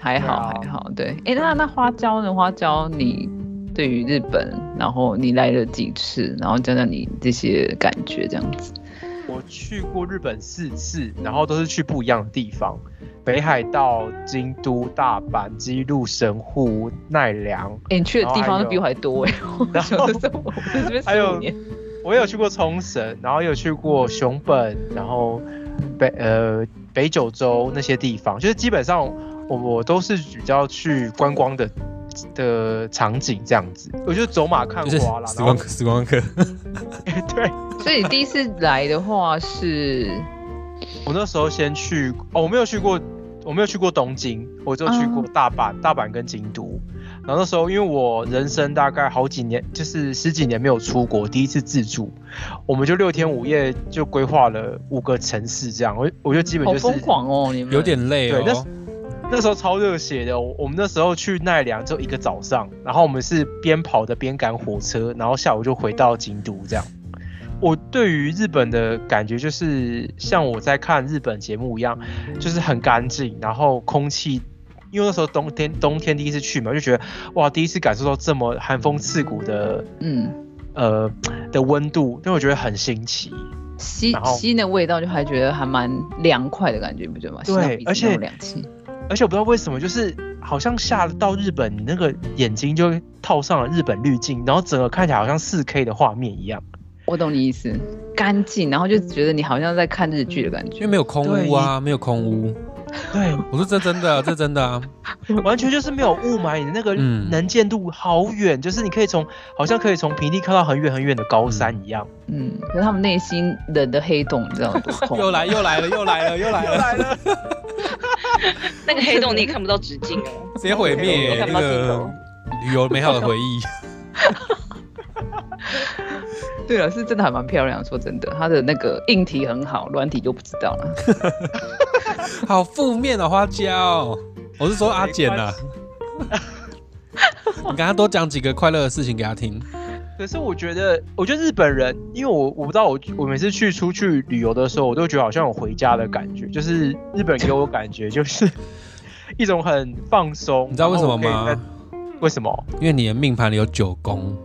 [SPEAKER 1] 还好
[SPEAKER 4] 对啊
[SPEAKER 1] 还好，对。哎、那那花椒呢？花椒，你对于日本，然后你来了几次，然后讲讲你这些感觉，这样子。
[SPEAKER 4] 我去过日本四次，然后都是去不一样的地方，北海道、京都、大阪、姬路、神户、奈良。
[SPEAKER 1] 哎、你去的地
[SPEAKER 4] 然后还
[SPEAKER 1] 方
[SPEAKER 4] 有
[SPEAKER 1] 都比我还多哎、 [LAUGHS] 我
[SPEAKER 4] 然
[SPEAKER 1] 小
[SPEAKER 4] 后
[SPEAKER 1] 的时候，我在这边
[SPEAKER 4] 还有
[SPEAKER 1] 十五年，
[SPEAKER 4] 我也有去过冲绳，然后也有去过熊本，然后北呃北九州那些地方，就是基本上我我都是比较去观光的的场景这样子，我就走马看
[SPEAKER 2] 就是
[SPEAKER 4] 花啦。
[SPEAKER 2] 时
[SPEAKER 4] 然后
[SPEAKER 2] 光时光客，
[SPEAKER 4] [LAUGHS] 对，
[SPEAKER 1] 所以你第一次来的话是
[SPEAKER 4] 我那时候先去哦，我没有去过，我没有去过东京，我就去
[SPEAKER 1] 嗯
[SPEAKER 4] 过大阪、大阪跟京都。然后那时候因为我人生大概好几年，就是十几年没有出国，第一次自助，我们就六天五夜就规划了五个城市这样。我我就基本
[SPEAKER 1] 好
[SPEAKER 4] 就是
[SPEAKER 1] 疯狂哦，你们
[SPEAKER 2] 有点累
[SPEAKER 4] 对那
[SPEAKER 2] 哦
[SPEAKER 4] 是。那时候超热血的，我我们那时候去奈良就一个早上，然后我们是边跑的边赶火车，然后下午就回到京都这样。我对于日本的感觉就是像我在看日本节目一样，就是很干净，然后空气，因为那时候冬天冬天第一次去嘛，就觉得哇，第一次感受到这么寒风刺骨的
[SPEAKER 1] 嗯，
[SPEAKER 4] 呃的温度，因为我觉得很新奇。
[SPEAKER 1] 吸
[SPEAKER 4] 然后
[SPEAKER 1] 吸那味道就还觉得还蛮凉快的感觉，你不觉得吗？吸到
[SPEAKER 4] 对
[SPEAKER 1] 鼻子
[SPEAKER 4] 而且
[SPEAKER 1] 那种凉气，
[SPEAKER 4] 而且我不知道为什么，就是好像下了到日本，你那个眼睛就会套上了日本滤镜，然后整个看起来好像四 K 的画面一样。
[SPEAKER 1] 我懂你意思，干净，然后就觉得你好像在看日剧的感
[SPEAKER 2] 因为
[SPEAKER 1] 觉。
[SPEAKER 2] 没有空屋啊，没有空屋。
[SPEAKER 4] 对，
[SPEAKER 2] 我说这真的，这真的啊。
[SPEAKER 4] 完全就是没有雾霾，你那个
[SPEAKER 2] 嗯
[SPEAKER 4] 能见度好远，就是你可以从好像可以从平地看到很远很远的高山一样。
[SPEAKER 1] 嗯，可是他们内心人的黑洞，你知道
[SPEAKER 2] [LAUGHS]
[SPEAKER 1] 有多痛？
[SPEAKER 2] 又来又来了，又来了，又来了，
[SPEAKER 3] [LAUGHS] 那个黑洞你也看不到直径哦。
[SPEAKER 2] 直接毁灭
[SPEAKER 3] 我
[SPEAKER 2] 耶
[SPEAKER 3] 看
[SPEAKER 2] 那
[SPEAKER 3] 不到尽
[SPEAKER 2] 个
[SPEAKER 3] 头
[SPEAKER 2] 旅游美好的回忆。
[SPEAKER 1] 对了，是真的还蛮漂亮。说真的，它的那个硬体很好，软体就不知道了。
[SPEAKER 4] [LAUGHS]
[SPEAKER 2] 好负面的花椒，我是说阿简呐、啊。 [LAUGHS] 你刚刚多讲几个快乐的事情给他听。
[SPEAKER 4] 可是我觉得，我觉得日本人，因为我我不知道我我每次去出去旅游的时候，我都觉得好像有回家的感觉，就是日本给我感觉就是 [LAUGHS] 一种很放松。
[SPEAKER 2] 你知道为什么
[SPEAKER 4] 然后我可
[SPEAKER 2] 吗
[SPEAKER 4] 以在？？为什么
[SPEAKER 2] 因为你的命盘里有九宫，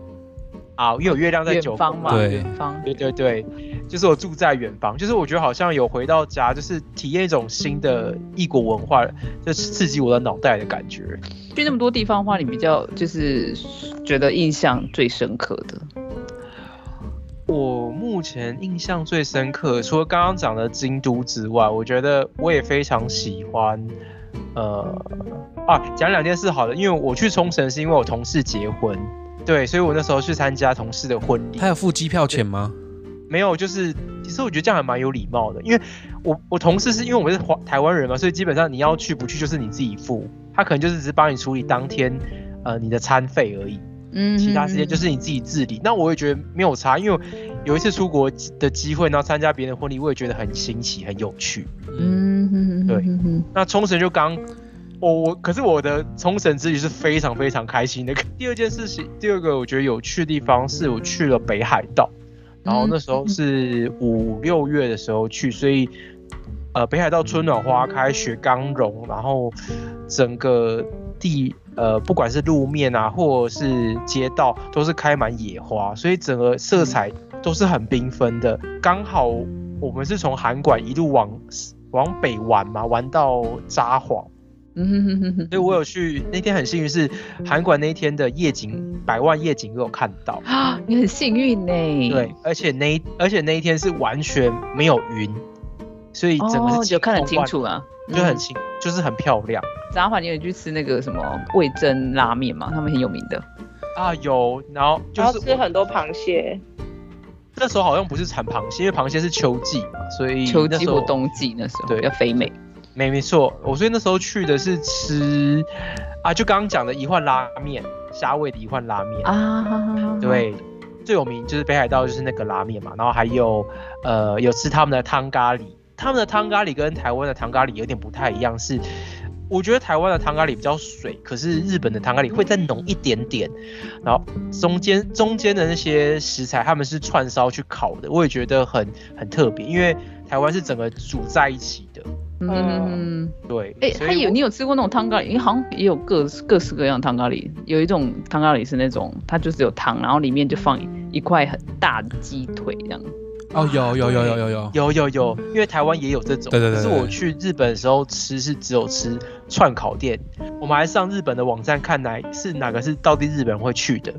[SPEAKER 4] 啊？因为有月亮在
[SPEAKER 1] 远
[SPEAKER 4] 九
[SPEAKER 1] 方
[SPEAKER 4] 宫
[SPEAKER 1] 嘛，
[SPEAKER 2] 对
[SPEAKER 1] 远方。
[SPEAKER 4] 对对对，就是我住在远方，就是我觉得好像有回到家，就是体验一种新的异国文化，就是刺激我的脑袋的感觉。
[SPEAKER 1] 去那么多地方的话，你比较就是觉得印象最深刻的，
[SPEAKER 4] 我目前印象最深刻，除了刚刚讲的京都之外，我觉得我也非常喜欢，呃，啊，讲两件事好了，因为我去冲绳是因为我同事结婚，对，所以我那时候去参加同事的婚礼
[SPEAKER 2] 他。有付机票钱吗？
[SPEAKER 4] 没有，就是其实我觉得这样还蛮有礼貌的，因为我我同事是因为我们是华台湾人嘛，所以基本上你要去不去就是你自己付，他可能就是只是帮你处理当天呃你的餐费而已，
[SPEAKER 1] 嗯，
[SPEAKER 4] 其他时间就是你自己自理。那我也觉得没有差，因为有一次出国的机会，然后参加别人的婚礼，我也觉得很新奇、很有趣。
[SPEAKER 1] 嗯，嗯
[SPEAKER 4] 对
[SPEAKER 1] 嗯嗯
[SPEAKER 4] 那冲绳就刚。我我可是我的冲绳之旅是非常非常开心的。 [LAUGHS] 第二件事情，第二个我觉得有趣的地方是我去了北海道，然后那时候是五六月的时候去，所以呃北海道春暖花开，雪刚融，然后整个地呃不管是路面啊或者是街道都是开满野花，所以整个色彩都是很缤纷的。刚好我们是从函馆一路往往北玩嘛，玩到札幌。
[SPEAKER 1] 嗯哼哼哼
[SPEAKER 4] 所以我有去那天很幸运是函馆那一天的夜景，百万夜景都有看到。
[SPEAKER 1] 哼，啊，你很幸运呢、
[SPEAKER 4] 对，而且那一而且那一天是完全没有云，所以
[SPEAKER 1] 哦，
[SPEAKER 4] 整个是
[SPEAKER 1] 就看得很清楚
[SPEAKER 4] 啊，
[SPEAKER 1] 啊，
[SPEAKER 4] 就很
[SPEAKER 1] 嗯。
[SPEAKER 4] 清，就是很漂亮
[SPEAKER 1] 杂法，你有去吃那个什么味噌拉面嘛？他们很有名的。
[SPEAKER 4] 啊。有，然后
[SPEAKER 3] [LAUGHS]
[SPEAKER 4] 就
[SPEAKER 3] 然后
[SPEAKER 4] 是
[SPEAKER 3] 吃很多螃蟹，
[SPEAKER 4] 那时候好像不是产螃蟹，因为螃蟹是秋季嘛，所以
[SPEAKER 1] 秋
[SPEAKER 4] 那
[SPEAKER 1] 季
[SPEAKER 4] 时
[SPEAKER 1] 或
[SPEAKER 4] 候
[SPEAKER 1] 冬季那时候
[SPEAKER 4] 对
[SPEAKER 1] 要肥美，
[SPEAKER 4] 没没错，我所以那时候去的是吃啊，就刚刚讲的一换拉面，虾味的一换拉面。
[SPEAKER 1] 啊，，
[SPEAKER 4] 对，最有名就是北海道就是那个拉面嘛，然后还有呃有吃他们的汤咖喱，他们的汤咖喱跟台湾的汤咖喱有点不太一样，是我觉得台湾的汤咖喱比较水，可是日本的汤咖喱会再浓一点点，然后中间中间的那些食材他们是串烧去烤的，我也觉得很很特别，因为台湾是整个煮在一起的，
[SPEAKER 1] 嗯，
[SPEAKER 4] 对，
[SPEAKER 1] 哎、
[SPEAKER 4] 所
[SPEAKER 1] 还
[SPEAKER 4] 以
[SPEAKER 1] 有
[SPEAKER 4] 我
[SPEAKER 1] 你有吃过那种汤咖喱？因为好像也有各各式各样的汤咖喱，有一种汤咖喱是那种它就只有汤，然后里面就放一块很大的鸡腿这样。
[SPEAKER 2] 哦，有有有有有有。
[SPEAKER 4] 有有有，因为台湾也有这种。
[SPEAKER 2] 对对对
[SPEAKER 4] 可是
[SPEAKER 2] 对
[SPEAKER 4] 我去日本的时候吃是只有吃串烤店，我们还上日本的网站看哪是哪个是到底日本人会去的。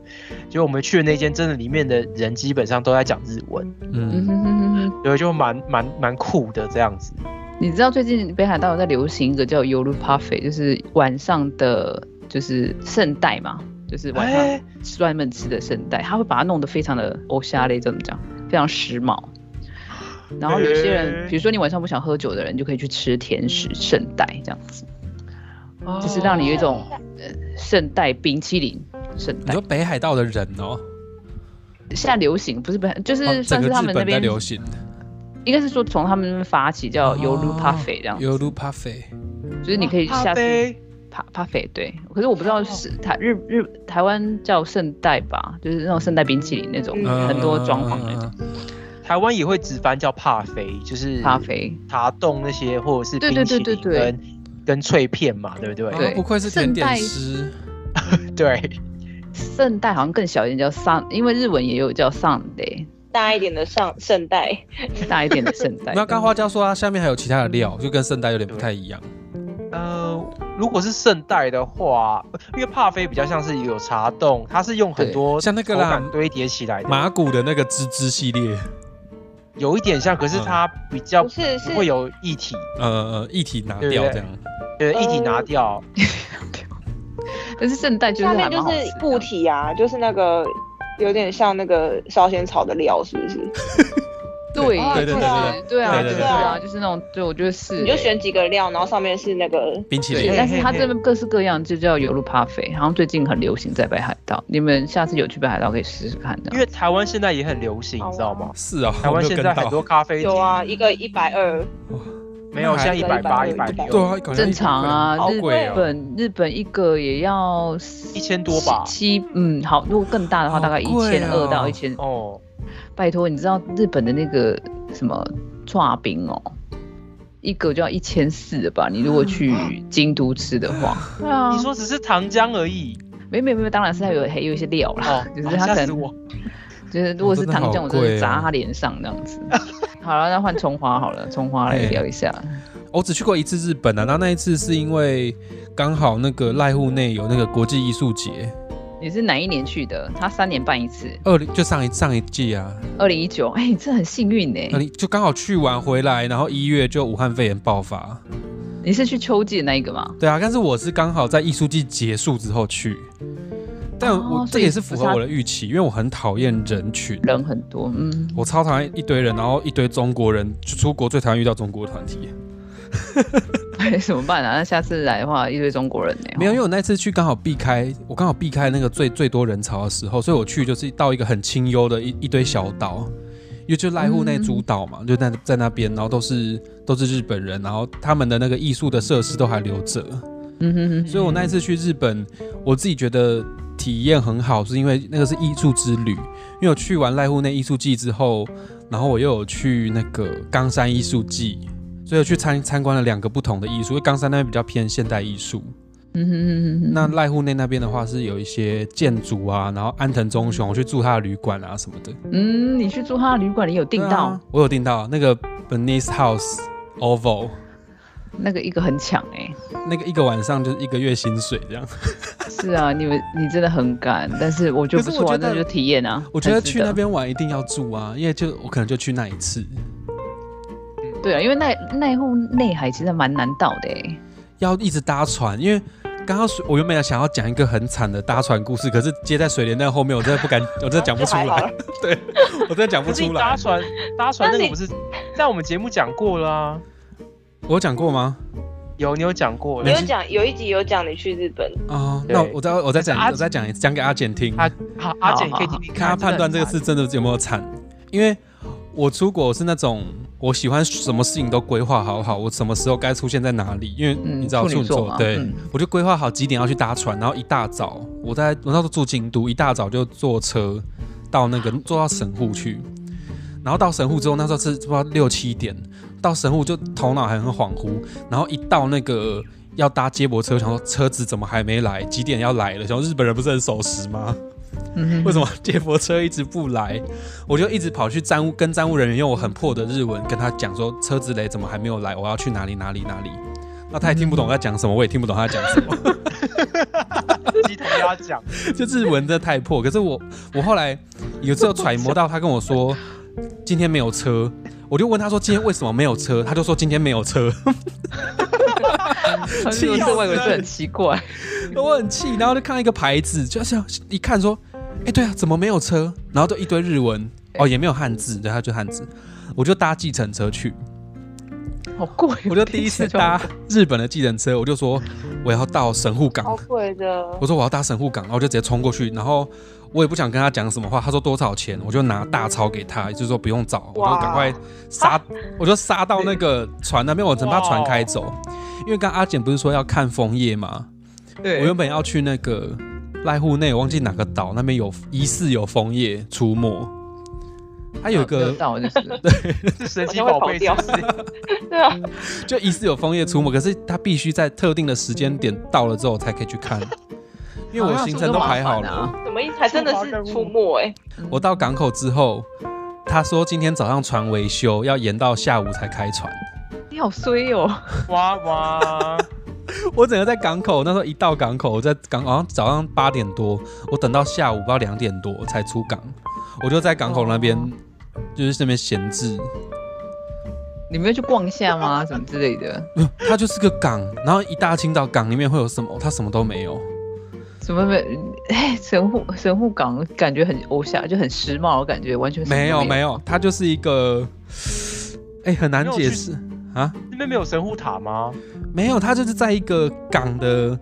[SPEAKER 4] 结果我们去的那间，真的里面的人基本上都在讲日文，
[SPEAKER 1] 嗯
[SPEAKER 2] 嗯，
[SPEAKER 1] 哼哼哼哼，
[SPEAKER 4] 对，就蛮蛮蛮酷的这样子。
[SPEAKER 1] 你知道最近北海道有在流行一个叫 Yoru Parfait，就是晚上的就是圣代嘛，就是晚上
[SPEAKER 4] 哎
[SPEAKER 1] 专
[SPEAKER 4] [GASPS]
[SPEAKER 1] 哦门吃的圣代，他会把它弄得非常的欧夏类，怎么讲？非常时髦。然后有些人，
[SPEAKER 4] 诶
[SPEAKER 1] 比如说你晚上不想喝酒的人，你就可以去吃甜食圣代这样子，哦就是让你有一种
[SPEAKER 3] 哦
[SPEAKER 1] 呃圣代冰淇淋。圣
[SPEAKER 2] 你
[SPEAKER 1] 代
[SPEAKER 2] 说北海道的人哦，
[SPEAKER 1] 现在流行不是不是，就
[SPEAKER 2] 哦
[SPEAKER 1] 是
[SPEAKER 2] 整
[SPEAKER 1] 算
[SPEAKER 2] 个
[SPEAKER 1] 是他
[SPEAKER 2] 日
[SPEAKER 1] 们那
[SPEAKER 2] 本在
[SPEAKER 1] 边，
[SPEAKER 2] 流行，
[SPEAKER 1] 应该是说从他们那边发起叫 y o l u
[SPEAKER 2] 哦
[SPEAKER 1] p a f e 这样子，
[SPEAKER 2] Yolu Parfait，
[SPEAKER 1] 就是你可以
[SPEAKER 4] 咖
[SPEAKER 1] 下次
[SPEAKER 3] 哦
[SPEAKER 4] 啡
[SPEAKER 1] 帕帕菲对，可是我不知道是台日日台湾叫圣代吧，就是那种圣代冰淇淋那种，
[SPEAKER 3] 嗯
[SPEAKER 1] 很多装潢那种
[SPEAKER 2] 种。
[SPEAKER 4] 台湾也会直翻叫帕菲，就是
[SPEAKER 2] 嗯
[SPEAKER 1] 咖啡。
[SPEAKER 4] 茶冻那些或者是
[SPEAKER 1] 对对
[SPEAKER 4] 冰淇
[SPEAKER 1] 对
[SPEAKER 4] 淋
[SPEAKER 1] 对对
[SPEAKER 4] 跟跟脆片嘛，对不对？
[SPEAKER 1] 对
[SPEAKER 2] 啊不愧是甜点师，
[SPEAKER 4] [LAUGHS] 对，
[SPEAKER 1] 圣代好像更小一点叫 sun，因为日文也有叫 sunday，
[SPEAKER 3] 大一点的上圣代，
[SPEAKER 1] 大一点的圣代。
[SPEAKER 2] 那刚花椒说它下面还有其他的料，就跟圣代有点不太一样。
[SPEAKER 4] 呃，如果是圣代的话，呃因为帕菲比较像是有茶冻，它是用很多
[SPEAKER 2] 像那个
[SPEAKER 4] 口
[SPEAKER 2] 啦
[SPEAKER 4] 感堆叠起来的，
[SPEAKER 2] 马古的那个芝芝系列，
[SPEAKER 4] 有一点像，可是
[SPEAKER 2] 嗯
[SPEAKER 4] 它比较
[SPEAKER 3] 不是是
[SPEAKER 4] 不会有液体，
[SPEAKER 2] 呃，一体拿
[SPEAKER 4] 对不
[SPEAKER 2] 掉
[SPEAKER 4] 对
[SPEAKER 2] 这样。
[SPEAKER 4] 呃，液体拿掉，
[SPEAKER 1] 但是圣代就是
[SPEAKER 3] 下
[SPEAKER 1] 还
[SPEAKER 3] 面就
[SPEAKER 1] 蛮好吃
[SPEAKER 3] 是
[SPEAKER 1] 的
[SPEAKER 3] 固体啊，就是那个有点像那个烧仙草的料，是不是？
[SPEAKER 1] 对
[SPEAKER 3] 啊对
[SPEAKER 1] 对
[SPEAKER 3] 对对
[SPEAKER 1] 对啊，
[SPEAKER 2] 对
[SPEAKER 1] 就
[SPEAKER 2] 对
[SPEAKER 1] 是啊，就是那种对，我觉得是
[SPEAKER 3] 你就
[SPEAKER 1] 欸
[SPEAKER 3] 选几个料，然后上面是那个
[SPEAKER 2] 冰淇
[SPEAKER 1] 对，
[SPEAKER 2] 淋
[SPEAKER 4] 对
[SPEAKER 1] 但是它这边各式各样，就叫油路咖啡，好像最近很流行在北海道。你们下次有去北海道可以试试看的
[SPEAKER 4] 因。为台湾现在也很流行，
[SPEAKER 3] 哦
[SPEAKER 4] 你知道吗？
[SPEAKER 2] 是啊，
[SPEAKER 4] 台
[SPEAKER 2] 我
[SPEAKER 4] 湾
[SPEAKER 2] 没有
[SPEAKER 4] 现
[SPEAKER 2] 跟
[SPEAKER 4] 在很
[SPEAKER 2] 到
[SPEAKER 4] 多。咖啡
[SPEAKER 3] 有
[SPEAKER 4] 厅
[SPEAKER 3] 啊，一个一百二，
[SPEAKER 4] 没有，现在一
[SPEAKER 3] 100
[SPEAKER 4] 百八、一
[SPEAKER 3] 100
[SPEAKER 4] 百
[SPEAKER 2] 对
[SPEAKER 4] 六，
[SPEAKER 2] 啊，感觉
[SPEAKER 1] 正常啊，
[SPEAKER 2] 好
[SPEAKER 1] 日
[SPEAKER 2] 贵哦，
[SPEAKER 1] 本日本一个也要
[SPEAKER 4] 一千多吧。
[SPEAKER 1] 七嗯，好，如果更大的话，
[SPEAKER 2] 好
[SPEAKER 1] 大概一
[SPEAKER 2] 贵
[SPEAKER 1] 千
[SPEAKER 2] 哦
[SPEAKER 1] 二到一千。
[SPEAKER 4] 哦，
[SPEAKER 1] 拜托，你知道日本的那个什么抓饼哦，一个就要一千四吧？你如
[SPEAKER 2] 嗯
[SPEAKER 1] 果去京都吃的话，对啊
[SPEAKER 4] 你说只是糖浆而已
[SPEAKER 1] 没没没，当然是它有还有一些料啦，
[SPEAKER 4] 哦，
[SPEAKER 1] 就是
[SPEAKER 4] 啊
[SPEAKER 1] 它
[SPEAKER 4] 吓
[SPEAKER 1] 可
[SPEAKER 4] 死
[SPEAKER 1] 能
[SPEAKER 4] 我！
[SPEAKER 1] 就是如果是糖浆，
[SPEAKER 2] 哦真的好
[SPEAKER 1] 我
[SPEAKER 2] 贵
[SPEAKER 1] 真
[SPEAKER 2] 哦
[SPEAKER 1] 的砸他脸上那样子。 [LAUGHS] 好了，那换葱花好了，葱花来
[SPEAKER 2] 嘿
[SPEAKER 1] 聊一下。
[SPEAKER 2] 我哦只去过一次日本啊，那那一次是因为刚好那个濑户内有那个国际艺术节，
[SPEAKER 1] 你是哪一年去的？他三年办一次，
[SPEAKER 2] 二零就上一上一季啊，
[SPEAKER 1] 二零一九。哎，你这很幸运呢、
[SPEAKER 2] 那你就刚好去完回来，然后一月就武汉肺炎爆发，
[SPEAKER 1] 你是去秋季的那一个吗？
[SPEAKER 2] 对啊，但是我是刚好在艺术季结束之后去，但我、
[SPEAKER 1] 哦
[SPEAKER 2] 这
[SPEAKER 1] 所以
[SPEAKER 2] 也是符
[SPEAKER 1] 不是
[SPEAKER 2] 合
[SPEAKER 1] 他
[SPEAKER 2] 我的预期，因为我很讨厌人群，
[SPEAKER 1] 人很多，嗯，
[SPEAKER 2] 我超讨厌一堆人，然后一堆中国人，就出国最讨厌遇到中国团体。
[SPEAKER 1] [LAUGHS] 怎么办啊？那下次来的话，一堆中国人呢、
[SPEAKER 2] 没有，因为我那次去刚好避开，我刚好避开那个最最多人潮的时候，所以我去就是到一个很清幽的一一堆小岛，因为就濑户内诸岛嘛，就在在那边，然后都是都是日本人，然后他们的那个艺术的设施都还留着，
[SPEAKER 1] 嗯哼哼哼，
[SPEAKER 2] 所以我那一次去日本，我自己觉得体验很好，是因为那个是艺术之旅，因为我去完濑户内艺术季之后，然后我又有去那个冈山艺术季。所以我去参参观了两个不同的艺术，因为冈山那边比较偏现代艺术，
[SPEAKER 1] 嗯哼哼哼哼，
[SPEAKER 2] 那濑户内那边的话是有一些建筑啊，然后安藤忠雄，我去住他的旅馆啊什么的。
[SPEAKER 1] 嗯，你去住他的旅馆，你有订
[SPEAKER 2] 对
[SPEAKER 1] 到、
[SPEAKER 2] 啊我有订到那个 Bernice House Oval，
[SPEAKER 1] 那个一个很抢哎、
[SPEAKER 2] 那个一个晚上就是一个月薪水这样。 [LAUGHS]
[SPEAKER 1] 是啊，你们你真的很敢，但是我觉得
[SPEAKER 2] 可
[SPEAKER 1] 不
[SPEAKER 2] 是
[SPEAKER 1] 错、
[SPEAKER 2] 我
[SPEAKER 1] 啊，
[SPEAKER 2] 觉得
[SPEAKER 1] 那就体验啊。
[SPEAKER 2] 我觉得
[SPEAKER 1] 很值
[SPEAKER 2] 去那边玩一定要住啊，因为就我可能就去那一次，
[SPEAKER 1] 对啊，因为那那户内海其实蛮难到的哎、
[SPEAKER 2] 要一直搭船，因为。刚刚我原本想要讲一个很惨的搭船故事，可是接在水帘那后面，我真的不敢，我真的讲不出
[SPEAKER 3] 就还好
[SPEAKER 2] 来
[SPEAKER 3] 了，
[SPEAKER 2] 对我真的讲不
[SPEAKER 4] 可是
[SPEAKER 2] 出
[SPEAKER 4] 你 [LAUGHS] 搭
[SPEAKER 2] 来。
[SPEAKER 4] 船，搭船那
[SPEAKER 3] 那
[SPEAKER 4] 个
[SPEAKER 3] 你
[SPEAKER 4] 不是在我们节目讲过啦、
[SPEAKER 2] 我有讲过吗？
[SPEAKER 4] 有你有讲过
[SPEAKER 3] 你
[SPEAKER 4] 了
[SPEAKER 3] 有，讲有一集有讲你去日本，
[SPEAKER 2] 啊、
[SPEAKER 4] 对
[SPEAKER 2] 那我再我再讲
[SPEAKER 4] 阿，
[SPEAKER 2] 我再讲一次，讲给阿简听。
[SPEAKER 4] 阿阿阿姐你
[SPEAKER 1] 好
[SPEAKER 4] 可以
[SPEAKER 1] 好
[SPEAKER 4] 听听
[SPEAKER 2] 看他
[SPEAKER 4] 看，
[SPEAKER 2] 判断这个
[SPEAKER 4] 事。
[SPEAKER 2] 是真的有没有惨，因为我出国是那种我喜欢什么事情都规划好好，我什么时候该出现在哪里，因为
[SPEAKER 1] 嗯
[SPEAKER 2] 你知
[SPEAKER 1] 处
[SPEAKER 2] 道
[SPEAKER 1] 女
[SPEAKER 2] 处女座
[SPEAKER 1] 座嘛
[SPEAKER 2] 对，
[SPEAKER 1] 嗯
[SPEAKER 2] 我就规划好几点要去搭船，然后一大早我在我那时候住京都，一大早就坐车到那个坐到神户去，然后到神户之后那时候是不知道六七点，到神户就头脑还很恍惚，然后一到那个。要搭接驳车，想说车子怎么还没来？几点要来了？想说日本人不是很守时吗？
[SPEAKER 1] 嗯哼
[SPEAKER 2] [LAUGHS] 为什么接驳车一直不来？我就一直跑去站务，跟站务人员用我很破的日文跟他讲说车子嘞怎么还没有来，我要去哪里哪里哪里。那他也听不懂我在讲什么，我也听不懂他在讲什么。
[SPEAKER 4] 鸡同鸭讲，
[SPEAKER 2] 就日文真的太破。可是我我后来有时候揣摩到他跟我说今天没有车，我就问他说今天为什么没有车，他就说今天没有车， [LAUGHS]
[SPEAKER 1] [LAUGHS] 他们如果是外国人就很奇怪，
[SPEAKER 2] 我很气。然后就看到一个牌子，就想一看说，哎、对啊，怎么没有车？然后就一堆日文，哦，也没有汉字，对，他就汉字。我就搭计程车去，
[SPEAKER 1] [LAUGHS] 好贵哦。
[SPEAKER 2] [LAUGHS] 我就第一次
[SPEAKER 1] 就
[SPEAKER 2] 搭日本的计程车，我就说我要到神户港
[SPEAKER 3] 超，贵的
[SPEAKER 2] 我，说我要搭神户港，然后我就直接冲过去，然后我也不想跟他讲什么话，他说多少钱，我就拿大钞给他，也就是说不用找，我就
[SPEAKER 3] 哇
[SPEAKER 2] 赶快杀，我就杀到那个船那边，我很怕船开走，因为刚刚阿简不是说要看枫叶吗？
[SPEAKER 4] 对，
[SPEAKER 2] 我原本要去那个濑户内，我忘记哪个岛，那边有疑似有枫叶出没，它有一
[SPEAKER 1] 没
[SPEAKER 2] 个
[SPEAKER 1] 到
[SPEAKER 2] [LAUGHS]
[SPEAKER 1] 就是了
[SPEAKER 4] 是 [LAUGHS] 神奇宝贝，
[SPEAKER 3] 好像会 [LAUGHS]
[SPEAKER 4] 是不是
[SPEAKER 3] 对啊，
[SPEAKER 2] 就疑似有枫叶出没，可是它必须在特定的时间点到了之后才可以去
[SPEAKER 1] [LAUGHS]
[SPEAKER 2] 看，因为我行程都排好
[SPEAKER 1] 好像是麻
[SPEAKER 2] 了。
[SPEAKER 3] 什么意思？还真的是出没哎、
[SPEAKER 2] 我到港口之后，他说今天早上船维修，要延到下午才开船。
[SPEAKER 1] 你好衰哦，
[SPEAKER 4] 哇哇，
[SPEAKER 2] 我整个在港口，那时候一到港口，我在港好像早上八点多，我等到下午不到两点多才出港，我就在港口那边、
[SPEAKER 1] 哦
[SPEAKER 2] 就是那边闲置，
[SPEAKER 1] 你没有去逛一下吗？什么之类的，
[SPEAKER 2] 它就是个港，然后一大清早港里面会有什么？它什么都没有。
[SPEAKER 1] 什么没？哎，神户神户港感觉很欧夏，就很时髦，我感觉完全什么都
[SPEAKER 2] [LAUGHS] 没有没
[SPEAKER 1] 有。
[SPEAKER 2] 有，它就是一个，哎、很难解释啊。
[SPEAKER 4] 那边没有神户塔吗？
[SPEAKER 2] 没有，它就是在一个港的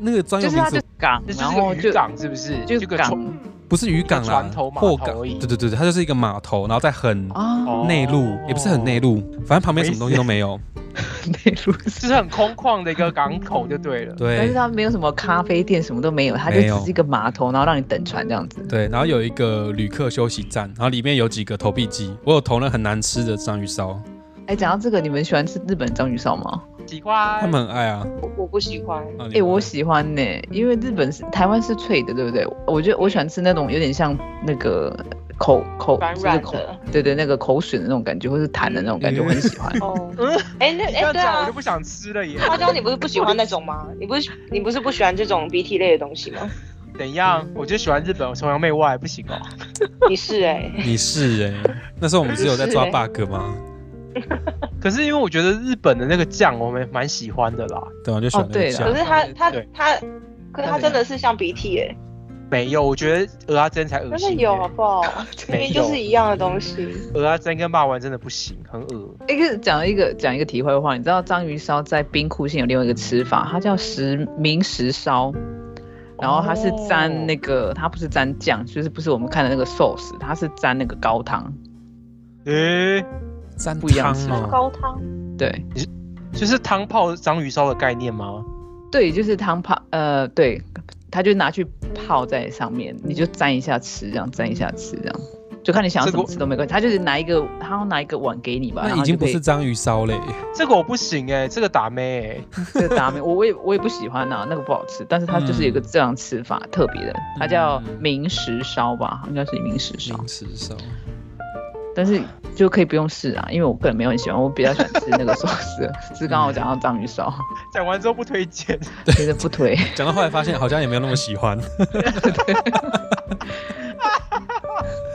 [SPEAKER 2] 那个专有
[SPEAKER 1] 就是
[SPEAKER 2] 名
[SPEAKER 1] 它
[SPEAKER 2] 词
[SPEAKER 1] 就港，
[SPEAKER 4] 那
[SPEAKER 1] 然
[SPEAKER 4] 就是
[SPEAKER 1] 后
[SPEAKER 4] 个
[SPEAKER 1] 就
[SPEAKER 4] 渔港，是不是？
[SPEAKER 1] 就
[SPEAKER 4] 这个
[SPEAKER 1] 港
[SPEAKER 4] 冲
[SPEAKER 2] 不是渔港啦，
[SPEAKER 4] 船头码头
[SPEAKER 2] 货港
[SPEAKER 4] 而已
[SPEAKER 2] 对对对对，它就是一个码头，然后在很
[SPEAKER 1] 啊，
[SPEAKER 2] [LAUGHS]
[SPEAKER 4] 哦
[SPEAKER 2] 内陆，也不是很内陆，反正旁边什么东西都没有。
[SPEAKER 1] 内陆是
[SPEAKER 4] 就是很空旷的一个港口就对
[SPEAKER 2] [LAUGHS]
[SPEAKER 4] 了。
[SPEAKER 1] 但是
[SPEAKER 2] 对
[SPEAKER 1] 它没有什么咖啡店，什么都没有，它就
[SPEAKER 2] 没有
[SPEAKER 1] 只是一个码头，然后让你等船这样子。
[SPEAKER 2] 对，然后有一个旅客休息站，然后里面有几个投币机，我有投了很难吃的章鱼烧，
[SPEAKER 1] 哎，讲到这个，你们喜欢吃日本章鱼烧吗？
[SPEAKER 4] 奇怪，
[SPEAKER 2] 他们很爱啊。
[SPEAKER 3] 我我不喜欢。
[SPEAKER 2] 哎
[SPEAKER 1] 哎、我喜欢呢、因为日本是台湾是脆的，对不对？我觉得我喜欢吃那种有点像那个口口
[SPEAKER 3] 软
[SPEAKER 1] 就是
[SPEAKER 3] 软
[SPEAKER 1] 口
[SPEAKER 3] 的，
[SPEAKER 1] 对对，那个口水的那种感觉，或是痰的那种感觉，我很喜
[SPEAKER 3] [LAUGHS]
[SPEAKER 1] 欢。
[SPEAKER 3] 哦，
[SPEAKER 4] 嗯，
[SPEAKER 3] 哎、
[SPEAKER 4] [LAUGHS]
[SPEAKER 3] 那
[SPEAKER 4] 你这
[SPEAKER 3] 哎、
[SPEAKER 4] 样
[SPEAKER 3] 对
[SPEAKER 4] 讲我
[SPEAKER 3] 啊
[SPEAKER 4] 就，不想吃了耶。
[SPEAKER 3] [LAUGHS] 花椒你不是不喜欢那种吗？你不是你不是不喜欢这种鼻涕类的东西吗？
[SPEAKER 4] 怎样？我就喜欢日本崇洋媚外，不行哦。
[SPEAKER 3] 你是哎、
[SPEAKER 2] 你是哎、那时候我们不是有在抓
[SPEAKER 3] 是
[SPEAKER 1] 哎
[SPEAKER 2] bug 吗？
[SPEAKER 4] 可是因为我觉得日本的那个酱我们蛮喜欢的啦，
[SPEAKER 2] 对啊，就喜欢那
[SPEAKER 1] 哦对
[SPEAKER 2] 个
[SPEAKER 1] 啦
[SPEAKER 2] 酱
[SPEAKER 3] 可是他他
[SPEAKER 4] 对
[SPEAKER 3] 他，可是他真的是像鼻涕哎、
[SPEAKER 4] 没有，我觉得鹅阿珍才恶
[SPEAKER 3] 真
[SPEAKER 4] 心
[SPEAKER 3] 的
[SPEAKER 4] 耶。
[SPEAKER 3] 有好
[SPEAKER 1] [LAUGHS]
[SPEAKER 3] 不好？明明就是一样的东西。
[SPEAKER 1] 嗯
[SPEAKER 4] 鹅阿珍跟霸王真的不行，很恶。
[SPEAKER 1] 一个讲一个讲一个题外话，你知道章鱼烧在冰库县有另外一个吃法，它叫石明石烧，然后它是
[SPEAKER 3] 哦
[SPEAKER 1] 沾那个，它不是沾酱，就是不是我们看的那个 sauce，它是沾那个高汤。
[SPEAKER 4] 诶、
[SPEAKER 2] 沾
[SPEAKER 1] 不一样
[SPEAKER 2] 汤
[SPEAKER 1] 是
[SPEAKER 2] 哦、
[SPEAKER 3] 高汤，
[SPEAKER 1] 对
[SPEAKER 4] 就是汤泡章鱼烧的概念吗？
[SPEAKER 1] 对，就是汤泡，呃，对，它就拿去泡在上面，你就沾一下吃，这样沾一下吃，这样就看你想要
[SPEAKER 4] 这
[SPEAKER 1] 怎
[SPEAKER 4] 个
[SPEAKER 1] 么吃都没关系。它就是拿一个，它要拿一个碗给你吧，然
[SPEAKER 2] 那
[SPEAKER 1] 后
[SPEAKER 2] 已经
[SPEAKER 1] 就
[SPEAKER 2] 不
[SPEAKER 1] 可以
[SPEAKER 2] 是章鱼烧嘞、
[SPEAKER 4] 这个我不行哎、这个打妹哎、
[SPEAKER 1] 这个达面，我我也我也不喜欢呐、那个不好吃。但是它就是有一个这样吃法、特别的，它叫
[SPEAKER 2] 嗯
[SPEAKER 1] 明石烧吧，应该是明石烧
[SPEAKER 2] 零，食烧。
[SPEAKER 1] 但是就可以不用试啊，因为我个人没有很喜欢，我比较喜欢吃那个 [LAUGHS] 寿司，是刚刚我讲到章鱼烧，
[SPEAKER 4] 讲完之后不推荐。
[SPEAKER 1] [LAUGHS] 觉得不推。
[SPEAKER 2] 讲到后来发现好像也没有那么喜欢。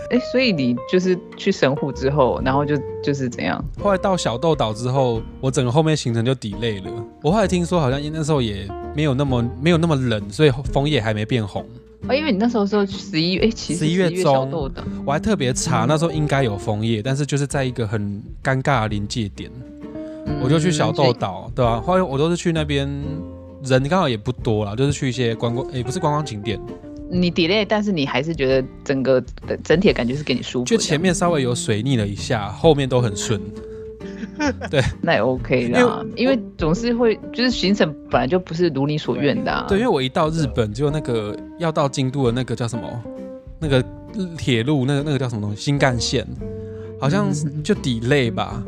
[SPEAKER 1] 哎、所以你就是去神户之后，然后就就是怎样？
[SPEAKER 2] 后来到小豆岛之后，我整个后面行程就 delay 了。我后来听说好像那时候也没有那么没有那么冷，所以枫叶还没变红。
[SPEAKER 1] 哦，因为你那时候说十一月，哎、其实
[SPEAKER 2] 11月
[SPEAKER 1] 小
[SPEAKER 2] 中
[SPEAKER 1] 豆的，
[SPEAKER 2] 我还特别查，那时候应该有枫叶，但是就是在一个很尴尬的临界点，我就去小
[SPEAKER 1] 嗯所以
[SPEAKER 2] 豆岛，对啊？后来我都是去那边，人刚好也不多啦，就是去一些观光，也、不是观光景点，
[SPEAKER 1] 你 delay，但是你还是觉得整个的整体的感觉是给你舒服的，
[SPEAKER 2] 就前面稍微有水逆了一下，后面都很顺。
[SPEAKER 1] 那也 OK 啦，因为总是会就是行程本来就不是如你所愿的、啊，
[SPEAKER 2] 对，因为我一到日本，就那个要到京都的那个叫什么，那个铁路，那个那个叫什么东西，新干线，好像就 delay 吧，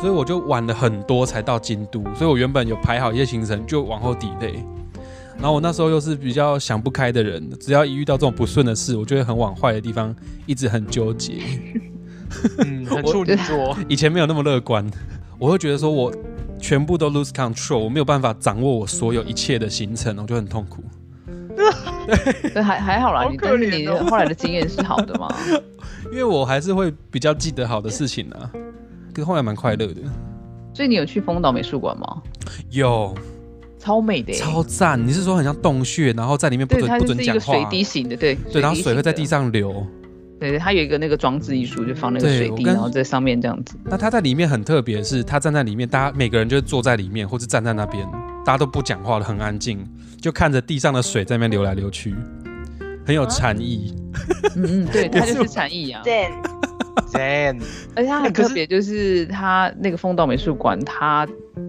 [SPEAKER 2] 所以我就晚了很多才到京都，所以我原本有排好一些行程，就往后 delay。然后我那时候又是比较想不开的人，只要一遇到这种不顺的事，我就会很往坏的地方一直很纠结。
[SPEAKER 4] 嗯，很处女座。
[SPEAKER 2] 以前没有那么乐观，我会觉得说我全部都 lose control，我没有办法掌握我所有一切的行程，我就很痛苦。
[SPEAKER 1] 对，还还好啦，
[SPEAKER 4] 好
[SPEAKER 1] 你
[SPEAKER 4] 可
[SPEAKER 1] 但是你
[SPEAKER 4] 怜哦
[SPEAKER 1] 后来的经验是好
[SPEAKER 2] [LAUGHS]
[SPEAKER 1] 的嘛？
[SPEAKER 2] 因为我还是会比较记得好的事情啊，可是后来蛮快乐的，
[SPEAKER 1] 所以你有去丰岛美术馆吗？
[SPEAKER 2] 有
[SPEAKER 1] 超美的、欸，
[SPEAKER 2] 超赞。你是说很像洞穴，然后在里面不
[SPEAKER 1] 对，
[SPEAKER 2] 准
[SPEAKER 1] 它
[SPEAKER 2] 不
[SPEAKER 1] 就
[SPEAKER 2] 准
[SPEAKER 1] 是一个
[SPEAKER 2] 讲
[SPEAKER 1] 水
[SPEAKER 2] 话
[SPEAKER 1] 滴，形的，对
[SPEAKER 2] 对，然后水会在
[SPEAKER 1] 水滴形
[SPEAKER 2] 地
[SPEAKER 1] 的
[SPEAKER 2] 上流，
[SPEAKER 1] 对，它有一个那个装置艺术，就放那个
[SPEAKER 2] 对
[SPEAKER 1] 水
[SPEAKER 2] 我
[SPEAKER 1] 滴，
[SPEAKER 2] 跟
[SPEAKER 1] 然后在上面这样子。
[SPEAKER 2] 那他在里面很特别，是他站在里面，大家每个人就坐在里面，或是站在那边，大家都不讲话了，很安静，就看着地上的水在那边流来流去，很有禅意。
[SPEAKER 1] 嗯嗯，
[SPEAKER 2] [LAUGHS]
[SPEAKER 1] 对，它
[SPEAKER 2] 也是
[SPEAKER 1] 就是禅意啊。
[SPEAKER 3] 对，
[SPEAKER 4] [LAUGHS] Zen，
[SPEAKER 1] 而且它
[SPEAKER 4] 哎
[SPEAKER 1] 很
[SPEAKER 4] 可
[SPEAKER 1] 特
[SPEAKER 4] 是
[SPEAKER 1] 别，就是它那个风岛美术馆，它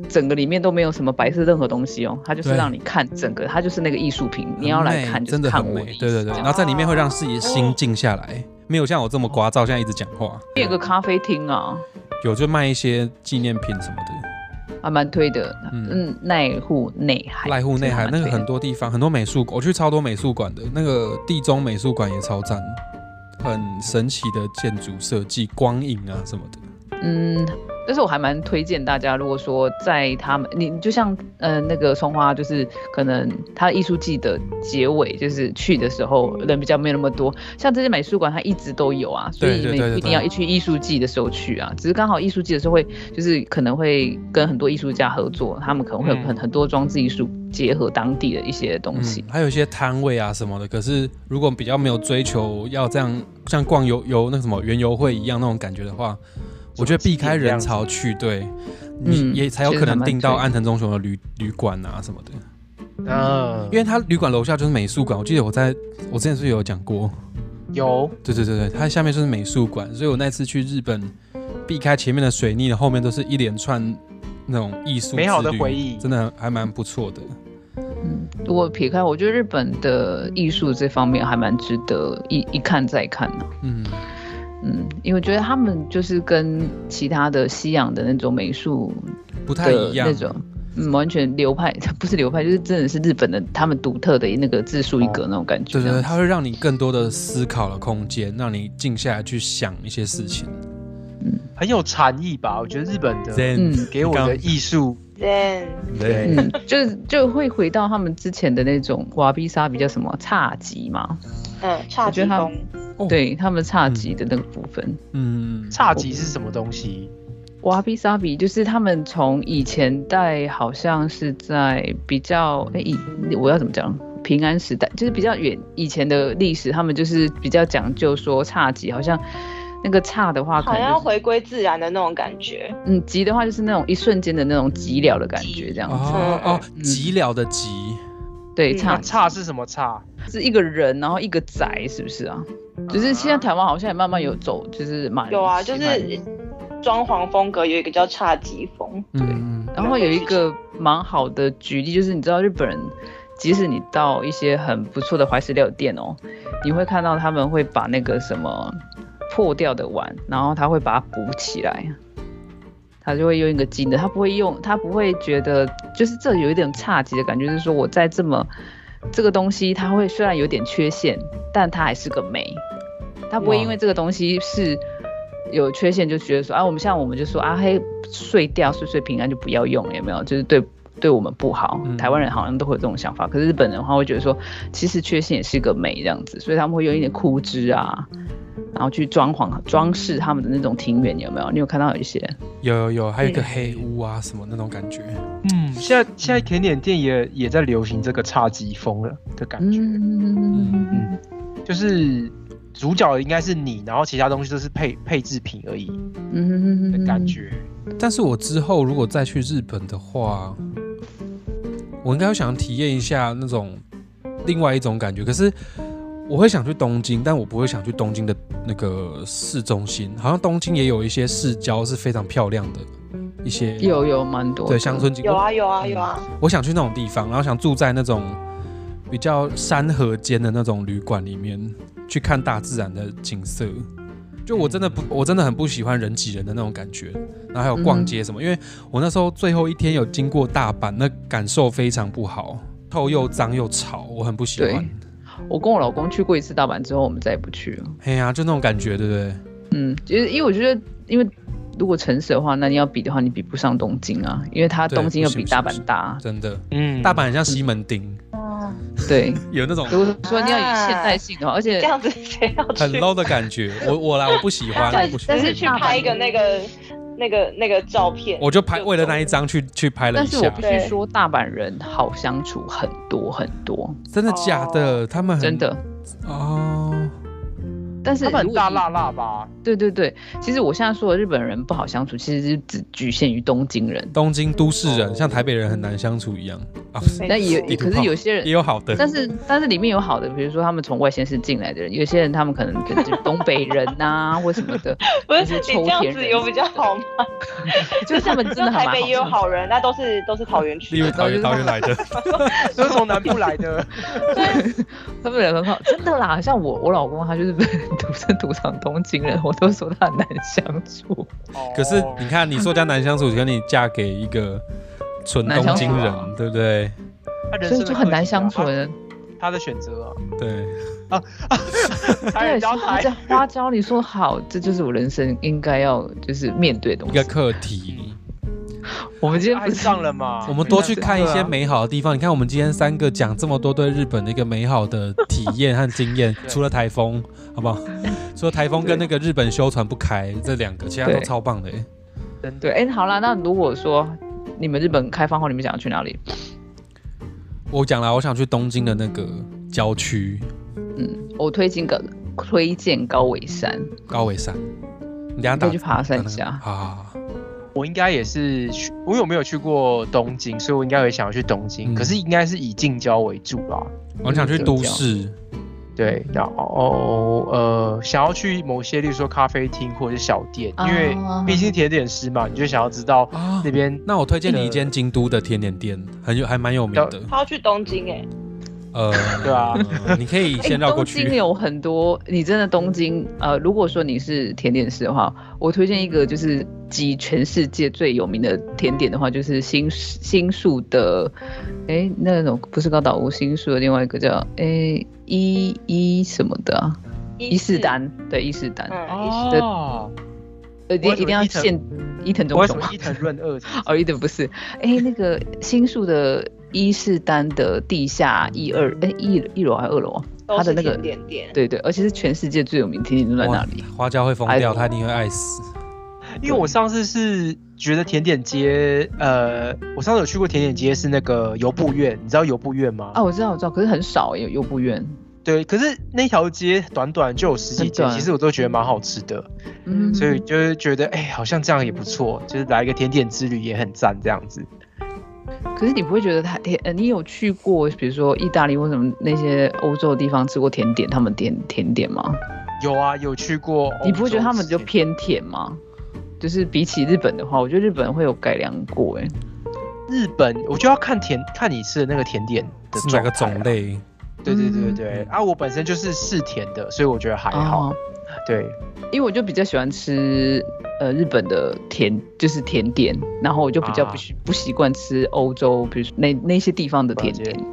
[SPEAKER 1] 整个里面都没有什么白色任何东西哦，它就是
[SPEAKER 2] 对
[SPEAKER 1] 让你看整个，它就是那个艺术品，你要来
[SPEAKER 2] 很美
[SPEAKER 1] 看就是
[SPEAKER 2] 真的
[SPEAKER 1] 看
[SPEAKER 2] 很
[SPEAKER 1] 我哦
[SPEAKER 2] 美
[SPEAKER 1] 的意，思
[SPEAKER 2] 对对对。
[SPEAKER 1] 这
[SPEAKER 2] 然
[SPEAKER 1] 样
[SPEAKER 2] 后在里面会让自己的心静下来，没有像我这么聒噪，现在一直讲话。
[SPEAKER 1] 有个咖啡厅啊，
[SPEAKER 2] 有就卖一些纪念品什么的，
[SPEAKER 1] 还啊蛮推的，
[SPEAKER 2] 嗯
[SPEAKER 1] 嗯，奈户内海，
[SPEAKER 2] 濑户内海
[SPEAKER 1] 这
[SPEAKER 2] 那
[SPEAKER 1] 蛮
[SPEAKER 2] 个
[SPEAKER 1] 推的
[SPEAKER 2] 很多地方，很多美术，我去超多美术馆的，那个地中美术馆也超赞，很神奇的建筑设计、光影啊什么的。
[SPEAKER 1] 嗯，但是我还蛮推荐大家，如果说在他们，你你就像呃那个松花，就是可能它艺术季的结尾，就是去的时候
[SPEAKER 2] 嗯
[SPEAKER 1] 人比较没有那么多，像这些美术馆它一直都有啊，所以
[SPEAKER 2] 对
[SPEAKER 1] 你
[SPEAKER 2] 对
[SPEAKER 1] 们
[SPEAKER 2] 对
[SPEAKER 1] 也不
[SPEAKER 2] 对
[SPEAKER 1] 一定
[SPEAKER 2] 对
[SPEAKER 1] 要一去艺术季的时候去啊，只是刚好艺术季的时候会就是可能会跟很多艺术家合作，他们可能会有
[SPEAKER 4] 嗯
[SPEAKER 1] 很很多装置艺术结合当地的一些东西
[SPEAKER 2] 嗯，，还有一些摊位啊什么的。可是如果比较没有追求要这样像逛游游那个什么园游会一样那种感觉的话， [LAUGHS] 我觉得避开人潮去，对你
[SPEAKER 1] 嗯
[SPEAKER 2] 也才有
[SPEAKER 1] 其实
[SPEAKER 2] 可能
[SPEAKER 1] 还蛮
[SPEAKER 2] 订到
[SPEAKER 1] 推
[SPEAKER 2] 安藤忠雄的旅旅馆啊什么的，
[SPEAKER 4] 嗯，
[SPEAKER 2] 因为他旅馆楼下就是美术馆。我记得我在我之前是不是有讲过，
[SPEAKER 4] 有
[SPEAKER 2] 对对对对，它下面就是美术馆，所以我那次去日本，避开前面的水泥的，后面都是一连串那种艺术
[SPEAKER 4] 美好的
[SPEAKER 2] 之旅
[SPEAKER 4] 回忆
[SPEAKER 2] 真的还蛮不错的。
[SPEAKER 1] 嗯，如果撇开，我觉得日本的艺术这方面还蛮值得一一看再看啊的、
[SPEAKER 2] 嗯，
[SPEAKER 1] 嗯，因为我觉得他们就是跟其他的西洋的那种美术
[SPEAKER 2] 不太
[SPEAKER 1] 的
[SPEAKER 2] 一样
[SPEAKER 1] 那种，嗯，完全流派 [LAUGHS] 不是流派，就是真的是日本的他们独特的那个字数一格那种感觉。
[SPEAKER 2] 哦对对
[SPEAKER 1] 这
[SPEAKER 2] 对，
[SPEAKER 1] 样
[SPEAKER 2] 它会让你更多的思考的空间，让你静下来去想一些事情。
[SPEAKER 4] 很有禅意吧？我觉得日本的
[SPEAKER 2] Zen，
[SPEAKER 1] 嗯
[SPEAKER 4] 给我的艺术，
[SPEAKER 3] 对，
[SPEAKER 2] 对，
[SPEAKER 1] 嗯，就是就会回到他们之前的那种瓦比莎比较什么差级嘛，
[SPEAKER 3] 嗯，差
[SPEAKER 1] 我觉得
[SPEAKER 3] 几
[SPEAKER 1] 他
[SPEAKER 3] 风，
[SPEAKER 2] 哦
[SPEAKER 1] 对他们差级的那个部分。
[SPEAKER 2] 嗯，
[SPEAKER 4] 差级是什么东西？
[SPEAKER 1] 瓦比萨比就是他们从以前代好像是在比较哎、以我要怎么讲？平安时代就是比较远以前的历史，他们就是比较讲究说差级，好像那个差的话可
[SPEAKER 3] 好
[SPEAKER 1] 能、
[SPEAKER 3] 像
[SPEAKER 1] 就
[SPEAKER 3] 要
[SPEAKER 1] 是
[SPEAKER 3] 回归自然的那种感觉。
[SPEAKER 1] 嗯急的话就是那种一瞬间的那种急了的感觉，这样、
[SPEAKER 2] 哦哦，
[SPEAKER 1] 嗯
[SPEAKER 2] 寂寥的寂，
[SPEAKER 1] 对
[SPEAKER 3] 嗯
[SPEAKER 1] 差
[SPEAKER 4] 那差是什么差？
[SPEAKER 1] 是一个人，然后一个宅，是不是啊？就是现在台湾好像也慢慢有走，就是马来
[SPEAKER 3] 有啊，
[SPEAKER 1] 西
[SPEAKER 3] 就
[SPEAKER 1] 亚
[SPEAKER 3] 是装潢风格有一个叫侘寂风，
[SPEAKER 2] 嗯，
[SPEAKER 1] 然后有一个蛮好的举例，就是你知道日本人，即使你到一些很不错的怀石料理店哦，你会看到他们会把那个什么破掉的碗，然后他会把它补起来，他就会用一个金的，他不会用，他不会觉得就是这有一点差级的感觉，就是说我在这么这个东西，它会虽然有点缺陷，但它还是个美，他不会
[SPEAKER 2] 哇
[SPEAKER 1] 因为这个东西是有缺陷就觉得说啊，我们像我们就说啊，嘿，碎掉碎碎平安就不要用，有没有？就是对对我们不好。
[SPEAKER 2] 嗯
[SPEAKER 1] 台湾人好像都会有这种想法，可是日本人的话会觉得说，其实缺陷也是个美这样子，所以他们会用一点枯枝啊，然后去装潢装饰他们的那种庭园，有没有？你有看到有一些？
[SPEAKER 2] 有有有，还有一个黑屋啊什么那种感觉，
[SPEAKER 4] 嗯，现在现在甜点店也也在流行这个差级风了的感觉，
[SPEAKER 1] 嗯，
[SPEAKER 4] 就是主角应该是你，然后其他东西都是配配制品而已
[SPEAKER 1] 嗯
[SPEAKER 4] 的感。觉。
[SPEAKER 2] 但是我之后如果再去日本的话，我应该会想体验一下那种另外一种感觉。可是我会想去东京，但我不会想去东京的那个市中心。好像东京也有一些市郊是非常漂亮的一些
[SPEAKER 1] 有有蛮多的
[SPEAKER 2] 对乡村景。
[SPEAKER 3] 有啊
[SPEAKER 2] 我
[SPEAKER 3] 有
[SPEAKER 1] 嗯
[SPEAKER 3] 啊有啊，
[SPEAKER 2] 我想去那种地方，然后想住在那种比较山河间的那种旅馆里面，去看大自然的景色。就我真的不，我真的很不喜欢人挤人的那种感觉，然后还有逛街什么，因为我那时候最后一天有经过大阪，那感受非常不好，透又脏又吵，我很不喜欢
[SPEAKER 1] 对。我跟我老公去过一次大阪之后，我们再也不去了。
[SPEAKER 2] 哎呀、就那种感觉，对不对？
[SPEAKER 1] 嗯，就是因为我觉得，因为如果城市的话，那你要比的话，你比不上东京啊，因为它
[SPEAKER 2] 对
[SPEAKER 1] 东京要
[SPEAKER 2] 不
[SPEAKER 1] 比
[SPEAKER 2] 行不
[SPEAKER 1] 大
[SPEAKER 2] 行
[SPEAKER 1] 阪大。
[SPEAKER 2] 真的，
[SPEAKER 4] 嗯，
[SPEAKER 2] 大阪很像西门町，
[SPEAKER 1] 对，
[SPEAKER 2] 有那种
[SPEAKER 1] 如果说你要以现代性的话，而且
[SPEAKER 3] 这样子谁要
[SPEAKER 2] 很
[SPEAKER 3] [LAUGHS] 去？
[SPEAKER 2] low 的感觉。我我啦，我不喜欢，我
[SPEAKER 3] 但
[SPEAKER 2] 不喜
[SPEAKER 3] 但
[SPEAKER 2] 欢。
[SPEAKER 3] 是去拍一个那
[SPEAKER 1] 嗯
[SPEAKER 3] 个那个那个照片，
[SPEAKER 2] 我就拍为了那一张去去拍了
[SPEAKER 1] 但
[SPEAKER 2] 一
[SPEAKER 1] 是我
[SPEAKER 2] 下
[SPEAKER 1] 必。须
[SPEAKER 3] 对
[SPEAKER 1] 说，大阪人好相处很多很多，哦
[SPEAKER 2] 真的假的？他们很
[SPEAKER 1] 真的。
[SPEAKER 2] 哦，
[SPEAKER 1] 但是
[SPEAKER 4] 他们
[SPEAKER 1] 如
[SPEAKER 4] 很
[SPEAKER 1] 果
[SPEAKER 4] 大
[SPEAKER 1] 以
[SPEAKER 4] 辣辣吧？
[SPEAKER 1] 对对对，其实我现在说的日本人不好相处，其实是只局限于东京人。
[SPEAKER 2] 东京都市人像台北人很难相处一样啊，不是
[SPEAKER 3] 没
[SPEAKER 1] 那也
[SPEAKER 3] 错
[SPEAKER 1] 也可是有些人
[SPEAKER 2] 也，有好 [LAUGHS] 的，
[SPEAKER 1] 但是但是里面有好的，比如说他们从外县市进来的人，有些人他们可能就是东北人呐、或什么的，
[SPEAKER 3] 不
[SPEAKER 1] 就是是
[SPEAKER 3] 你这样
[SPEAKER 1] 抽
[SPEAKER 3] 子
[SPEAKER 1] 田
[SPEAKER 3] 有
[SPEAKER 1] 人
[SPEAKER 3] 比较好吗？
[SPEAKER 1] 就是他们真
[SPEAKER 3] 就
[SPEAKER 1] 的很
[SPEAKER 3] 台
[SPEAKER 1] 蛮
[SPEAKER 3] 北也有
[SPEAKER 1] 好
[SPEAKER 3] 好人，那都是都是桃园
[SPEAKER 2] 例
[SPEAKER 3] 区
[SPEAKER 2] 如。桃园桃园来
[SPEAKER 1] [LAUGHS]
[SPEAKER 2] 的，
[SPEAKER 4] 都是从南部来的，
[SPEAKER 1] 相处，他们人很好，真的啦。像我我老公他就是土生土长东京人，我都说他很难相处。
[SPEAKER 2] [LAUGHS] 可是
[SPEAKER 4] 哦
[SPEAKER 2] 你看你说家难相处，可你嫁给一个纯
[SPEAKER 1] 难
[SPEAKER 2] 东
[SPEAKER 1] 相
[SPEAKER 2] 京
[SPEAKER 1] 处
[SPEAKER 2] 人
[SPEAKER 1] 啊，
[SPEAKER 2] 对不对？
[SPEAKER 4] 他人
[SPEAKER 1] 所
[SPEAKER 4] 生
[SPEAKER 1] 以
[SPEAKER 4] 的
[SPEAKER 1] 就很难相处
[SPEAKER 4] 课题啊
[SPEAKER 1] 的。
[SPEAKER 4] 他他的选择啊，
[SPEAKER 2] 对，
[SPEAKER 4] [LAUGHS] 他人
[SPEAKER 1] 对，
[SPEAKER 4] 家
[SPEAKER 1] 像花
[SPEAKER 4] 台
[SPEAKER 1] 椒花椒，你说好，这就是我人生应该要就是面对的
[SPEAKER 2] 一 [LAUGHS]
[SPEAKER 1] 东
[SPEAKER 2] 个
[SPEAKER 1] 西。
[SPEAKER 2] 课
[SPEAKER 1] 嗯
[SPEAKER 2] 题。
[SPEAKER 1] 我们今天
[SPEAKER 4] 爱
[SPEAKER 1] 不是
[SPEAKER 4] 上了嘛？
[SPEAKER 2] [LAUGHS] 我们多去看一
[SPEAKER 4] 对
[SPEAKER 2] 些
[SPEAKER 4] 啊
[SPEAKER 2] 美好的地方。你看，我们今天三个讲这么多对日本的一个美好的体验和经
[SPEAKER 1] [LAUGHS]
[SPEAKER 2] 验，
[SPEAKER 4] 对
[SPEAKER 2] 除了台风，好不好？除了台风跟那个日本修船不开这两个，其他都
[SPEAKER 1] 对
[SPEAKER 2] 超棒的、欸。
[SPEAKER 4] 真的
[SPEAKER 1] 对，哎、好啦，那如果说你们日本开放后，你们想要去哪里？
[SPEAKER 2] 我讲了，我想去东京的那个郊区
[SPEAKER 1] 嗯，我推荐个推荐高尾山，
[SPEAKER 2] 高尾山，你等一下
[SPEAKER 1] 你可
[SPEAKER 2] 打
[SPEAKER 1] 以去爬山一
[SPEAKER 2] 打那个啊
[SPEAKER 1] 下。
[SPEAKER 2] 好好好，
[SPEAKER 4] 我应该也是去，我有没有去过东京，所以我应该会想要去东京，
[SPEAKER 2] 嗯
[SPEAKER 4] 可是应该是以近郊为主吧。
[SPEAKER 2] 我想去都市，
[SPEAKER 4] 对，然后呃，想要去某些，例如说咖啡厅或者是小店，因为
[SPEAKER 1] 啊
[SPEAKER 4] 毕竟是甜点师嘛，你就想要知道
[SPEAKER 2] 啊
[SPEAKER 4] 那边
[SPEAKER 2] 那我推荐你一间京都的甜点店，很有还蛮有名的。
[SPEAKER 3] 他要去东京哎、
[SPEAKER 2] 呃，
[SPEAKER 4] 对啊
[SPEAKER 2] 呃 [LAUGHS] 你可以
[SPEAKER 1] 哎
[SPEAKER 2] 先绕过
[SPEAKER 1] 东京
[SPEAKER 2] 去。
[SPEAKER 1] 有很多，你真的东京，呃，如果说你是甜点师的话，我推荐一个就是集全世界最有名的甜点的话，就是新新宿的，哎、那种不是高岛屋，新宿的另外一个叫哎、伊伊什么的、啊，伊势丹，对伊势丹，
[SPEAKER 3] 嗯，伊势
[SPEAKER 4] 哦，
[SPEAKER 1] 呃、一定
[SPEAKER 4] 我以为
[SPEAKER 1] 一定要
[SPEAKER 4] 伊藤
[SPEAKER 1] 现伊藤
[SPEAKER 4] 我
[SPEAKER 1] 忠
[SPEAKER 4] 为什
[SPEAKER 1] 雄
[SPEAKER 4] 么
[SPEAKER 1] 吗？
[SPEAKER 4] 伊藤润二之？
[SPEAKER 1] 哦，一点不是，哎、那个新宿的伊势丹的地下一二，哎、一一楼还是二楼啊？
[SPEAKER 3] 都
[SPEAKER 1] 他
[SPEAKER 3] 是
[SPEAKER 1] 的那个
[SPEAKER 3] 甜点店。
[SPEAKER 1] 对对，而且是全世界最有名的甜点都在那里。
[SPEAKER 2] 花椒会疯掉，
[SPEAKER 1] 哎
[SPEAKER 2] 他一定会爱死。
[SPEAKER 4] [LAUGHS] 因为我上次是觉得甜点街，呃，我上次有去过甜点街是那个游步院，你知道游步院吗？
[SPEAKER 1] 啊，我知道，我知道，可是很少耶，又不远。
[SPEAKER 4] 对，可是那条街短短就有十几
[SPEAKER 1] 很
[SPEAKER 4] 间，
[SPEAKER 1] 短
[SPEAKER 4] 其实我都觉得蛮好吃的，
[SPEAKER 1] 嗯，
[SPEAKER 4] 所以就是觉得哎、好像这样也不错，就是来一个甜点之旅也很赞这样子。
[SPEAKER 1] 可是你不会觉得它甜？呃，你有去过，比如说意大利或什么那些欧洲的地方吃过甜点，他们点甜点吗？
[SPEAKER 4] 有啊，有去过欧洲之前。
[SPEAKER 1] 你不会觉得他们就偏甜吗？就是比起日本的话，我觉得日本会有改良过，哎，
[SPEAKER 4] 日本？我就要看甜，看你吃的那个甜点的
[SPEAKER 2] 是哪个
[SPEAKER 4] 状态
[SPEAKER 2] 种
[SPEAKER 4] 啊？
[SPEAKER 2] 类？
[SPEAKER 4] 对对对
[SPEAKER 1] 嗯
[SPEAKER 4] 对、啊！我本身就是嗜甜的，所以我觉得还好。
[SPEAKER 1] 哦
[SPEAKER 4] 对，
[SPEAKER 1] 因为我就比较喜欢吃呃日本的甜，就是甜点，然后我就比较
[SPEAKER 4] 啊
[SPEAKER 1] 不习、不习惯吃欧洲，比如说那那些地方的甜点
[SPEAKER 4] 了。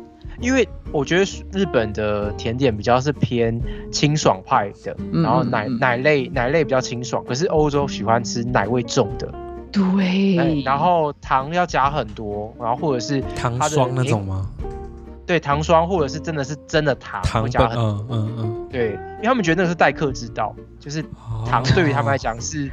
[SPEAKER 4] 因为我觉得日本的甜点比较是偏清爽派的，
[SPEAKER 1] 嗯
[SPEAKER 4] 然后
[SPEAKER 1] 嗯
[SPEAKER 4] 奶
[SPEAKER 1] 嗯
[SPEAKER 4] 奶类奶类比较清爽，可是欧洲喜欢吃奶味重的，哎
[SPEAKER 1] 对，
[SPEAKER 4] 然后糖要加很多，然后或者是
[SPEAKER 2] 糖
[SPEAKER 4] 它的
[SPEAKER 2] 霜那
[SPEAKER 4] 柠
[SPEAKER 2] 种吗？
[SPEAKER 4] 对糖霜，或者是真的是真的糖
[SPEAKER 2] 糖
[SPEAKER 4] 会加
[SPEAKER 2] 本，
[SPEAKER 4] 很多
[SPEAKER 2] 嗯嗯嗯，
[SPEAKER 4] 对，因为他们觉得那个是待客之道，就是
[SPEAKER 2] 哦
[SPEAKER 4] 糖对于他们来，讲是。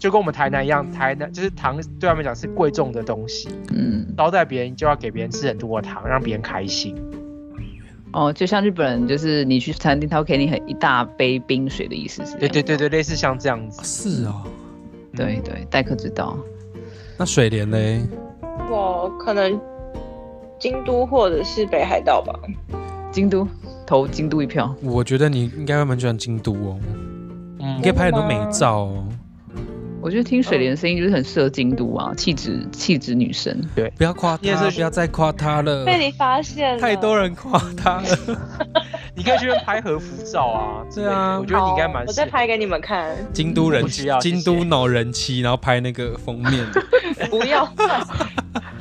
[SPEAKER 4] 就跟我们台南一样，台南就是糖对他们来讲是贵重的东西，
[SPEAKER 1] 嗯。
[SPEAKER 4] 招待别人就要给别人吃很多的糖，让别人开心。
[SPEAKER 1] 哦，就像日本人，就是你去餐厅，他会给你很一大杯冰水的意思是这
[SPEAKER 4] 对
[SPEAKER 1] 样？
[SPEAKER 4] 对对对，类似像这样子。
[SPEAKER 2] 是哦。
[SPEAKER 1] 对对，待客之道。
[SPEAKER 4] 嗯
[SPEAKER 2] 那水莲嘞？
[SPEAKER 3] 我可能京都或者是北海道
[SPEAKER 4] 嗯
[SPEAKER 3] 吧。
[SPEAKER 1] 京都投京都一票，
[SPEAKER 2] 我觉得你应该会蛮喜欢京都哦，
[SPEAKER 4] 嗯
[SPEAKER 2] 你可以拍很多美
[SPEAKER 3] 真的吗
[SPEAKER 2] 照哦。
[SPEAKER 1] 我觉得听水莲的声音就是很适合京都啊，气质气质女神。
[SPEAKER 2] 不要夸
[SPEAKER 4] 你也
[SPEAKER 2] 他，
[SPEAKER 4] 是
[SPEAKER 2] 不要再夸他了，
[SPEAKER 3] 被你发现了，
[SPEAKER 2] 太多人夸他了。
[SPEAKER 4] 你可以去那边拍和服照啊之类的。
[SPEAKER 2] 对啊
[SPEAKER 4] 我觉得你应该蛮
[SPEAKER 3] 好
[SPEAKER 4] 适合。
[SPEAKER 3] 我再拍给你们看，
[SPEAKER 2] 京都人
[SPEAKER 4] 不需要谢谢
[SPEAKER 2] 京都脑人妻，然后拍那个封面，
[SPEAKER 3] 不
[SPEAKER 4] [LAUGHS]
[SPEAKER 3] 要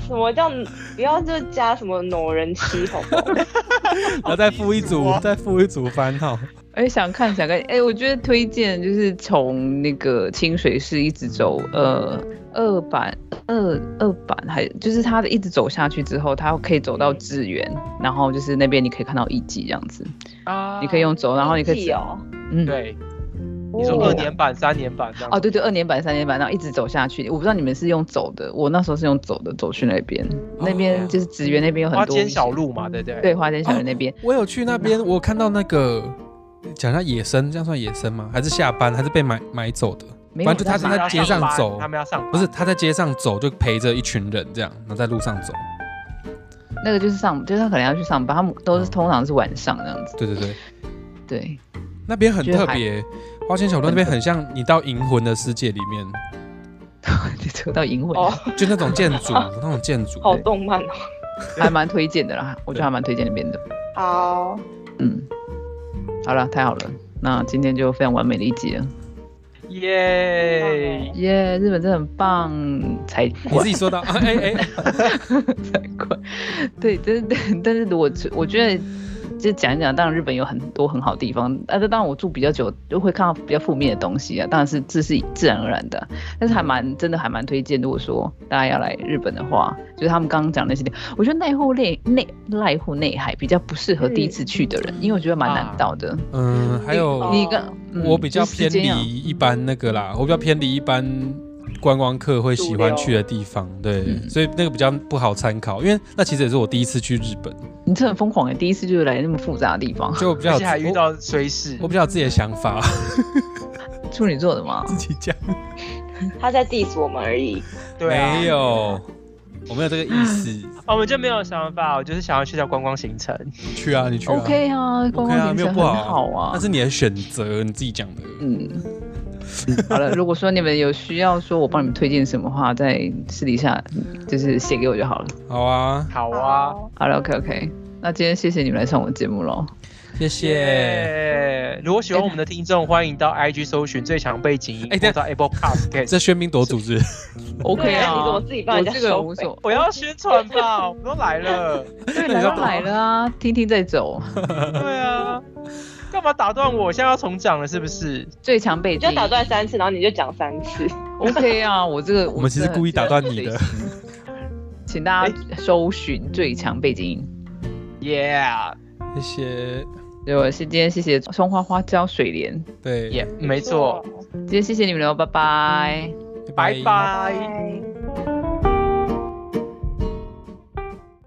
[SPEAKER 3] 什么叫不要就加什么挪人妻，好不好？
[SPEAKER 2] 然后再附一组，再附一组番号。
[SPEAKER 1] 哎、想看想看，哎、我觉得推荐就是从那个清水寺一直走，呃，二坂二二坂还就是它的一直走下去之后，它可以走到志源，然后就是那边你可以看到艺妓这样子，
[SPEAKER 4] 啊
[SPEAKER 1] 你可以用走，然后你可以
[SPEAKER 3] 记
[SPEAKER 1] 走
[SPEAKER 3] 哦，
[SPEAKER 1] 嗯，
[SPEAKER 4] 对，你说
[SPEAKER 1] 哦
[SPEAKER 4] 二年版、三年版这样
[SPEAKER 1] 哦，对对，二年版、三年版，然后一直走下去。我不知道你们是用走的，我那时候是用走的，走去那边，
[SPEAKER 2] 哦
[SPEAKER 1] 那边就是职员那边有很
[SPEAKER 4] 花
[SPEAKER 1] 多
[SPEAKER 4] 间
[SPEAKER 1] 一些
[SPEAKER 4] 小，路嘛，对不对？
[SPEAKER 2] 哦
[SPEAKER 1] 对，花间小路那边，
[SPEAKER 2] 我有去那边，我看到那个讲一下野生，这样算野生吗？还是下班？还是被买买走的？
[SPEAKER 1] 没有
[SPEAKER 2] 反正就
[SPEAKER 1] 在
[SPEAKER 2] 他是
[SPEAKER 1] 买
[SPEAKER 2] 在街上走
[SPEAKER 4] 他们要上班
[SPEAKER 2] 不是，他在街上走，就陪着一群人这样，然后在路上走。
[SPEAKER 1] 那个就是上，就是他可能要去上班，他们都是
[SPEAKER 2] 嗯
[SPEAKER 1] 通常是晚上这样子。
[SPEAKER 2] 对对对， [LAUGHS]
[SPEAKER 1] 对，
[SPEAKER 2] 那边很
[SPEAKER 1] 觉得
[SPEAKER 2] 特
[SPEAKER 1] 还
[SPEAKER 2] 别，花千小路那边很像你到银魂的世界里面，
[SPEAKER 1] 你扯到银魂，
[SPEAKER 3] 哦，
[SPEAKER 1] [LAUGHS]
[SPEAKER 2] 就那种建筑，那种建筑。
[SPEAKER 3] 好动漫哦。
[SPEAKER 1] 还蛮推荐的啦，我觉得还蛮推荐那边的。
[SPEAKER 3] 哦好，
[SPEAKER 1] 嗯，好了，太好了，那今天就非常完美的一集了，
[SPEAKER 4] 耶
[SPEAKER 3] 棒！
[SPEAKER 1] 耶、日本真的很棒，才
[SPEAKER 2] 你
[SPEAKER 1] 怪
[SPEAKER 2] 自己说到，啊哎哎，
[SPEAKER 1] 才怪。对，但是 [LAUGHS] 但是我我觉得。就讲一讲，当然日本有很多很好的地方，啊，这当然我住比较久，就会看到比较负面的东西啊，当然是这是自然而然的，但是还蛮真的还蛮推荐，如果说大家要来日本的话，就是他们刚刚讲那些点，我觉得奈户内内濑户内海比较不适合第一次去的人，因为我觉得蛮难到的。
[SPEAKER 2] 嗯，还有
[SPEAKER 1] 你跟、嗯
[SPEAKER 2] 我比较
[SPEAKER 1] 就时
[SPEAKER 2] 偏
[SPEAKER 1] 间要
[SPEAKER 2] 离一般那个啦，我比较偏离一般观光客会喜欢去的地方，对，
[SPEAKER 1] 嗯
[SPEAKER 2] 所以那个比较不好参考，因为那其实也是我第一次去日本，
[SPEAKER 1] 你这很疯狂哎，第一次就来那么复杂的地方，
[SPEAKER 2] 就我比较
[SPEAKER 4] 而
[SPEAKER 2] 有
[SPEAKER 4] 且还遇
[SPEAKER 2] 我
[SPEAKER 4] 到嗯炊事
[SPEAKER 2] 我，比较有自己的想法， [LAUGHS]
[SPEAKER 1] 处女座的嘛，
[SPEAKER 2] 自己讲
[SPEAKER 3] 他在 diss 我们而已。
[SPEAKER 4] 对啊哦
[SPEAKER 2] 没，有，我没有这个意思，
[SPEAKER 4] 我们就没有想法，我就是想要去掉观光行程。
[SPEAKER 2] 你去啊，你去啊
[SPEAKER 1] OK 啊，观
[SPEAKER 2] OK 啊，
[SPEAKER 1] 光
[SPEAKER 2] 没
[SPEAKER 1] 景
[SPEAKER 2] 有
[SPEAKER 1] 色
[SPEAKER 2] 不
[SPEAKER 1] 很
[SPEAKER 2] 好
[SPEAKER 1] 好啊。
[SPEAKER 2] 那是你的选择，你自己讲的，
[SPEAKER 1] 嗯，好了，如果说你们有需要说我帮你们推荐什么话，在私底下就是写给我就好了。
[SPEAKER 2] 好啊，
[SPEAKER 4] 好啊，
[SPEAKER 1] 好了，OK OK，那今天谢谢你们来上我节目喽。
[SPEAKER 2] 谢谢。
[SPEAKER 4] 耶！如果喜欢我们的听众，欢迎到 IG 搜寻最强背景音，
[SPEAKER 2] 哎
[SPEAKER 4] 或
[SPEAKER 2] 对
[SPEAKER 4] 者到 Apple Podcast。
[SPEAKER 2] 这喧宾夺主是不是
[SPEAKER 1] OK
[SPEAKER 3] 对
[SPEAKER 1] 啊，
[SPEAKER 3] 你怎么自己帮
[SPEAKER 1] 我
[SPEAKER 3] 人家
[SPEAKER 1] 这个
[SPEAKER 3] 收
[SPEAKER 1] 无
[SPEAKER 3] 费
[SPEAKER 1] 所
[SPEAKER 4] 不要宣传吧，我们都
[SPEAKER 2] [LAUGHS]
[SPEAKER 4] 来了。
[SPEAKER 1] 对，来都来了啊，听听再走，
[SPEAKER 4] 对啊，干嘛打断我？现在要重讲了是不是？
[SPEAKER 1] 最强背
[SPEAKER 3] 你
[SPEAKER 1] 景
[SPEAKER 3] 就。打断三次，然后你就讲三次。
[SPEAKER 1] OK 啊，我这个
[SPEAKER 2] [LAUGHS] 我们其实故意打断你的。
[SPEAKER 1] 请大家搜寻最强背景音。
[SPEAKER 4] Yeah，
[SPEAKER 2] 谢谢，
[SPEAKER 1] 对，我是今天谢谢松花花椒水莲，
[SPEAKER 2] 对，
[SPEAKER 4] 也没错，
[SPEAKER 1] 哦今天谢谢你们了，拜拜。
[SPEAKER 4] 拜
[SPEAKER 3] 拜
[SPEAKER 4] 拜。
[SPEAKER 3] 拜。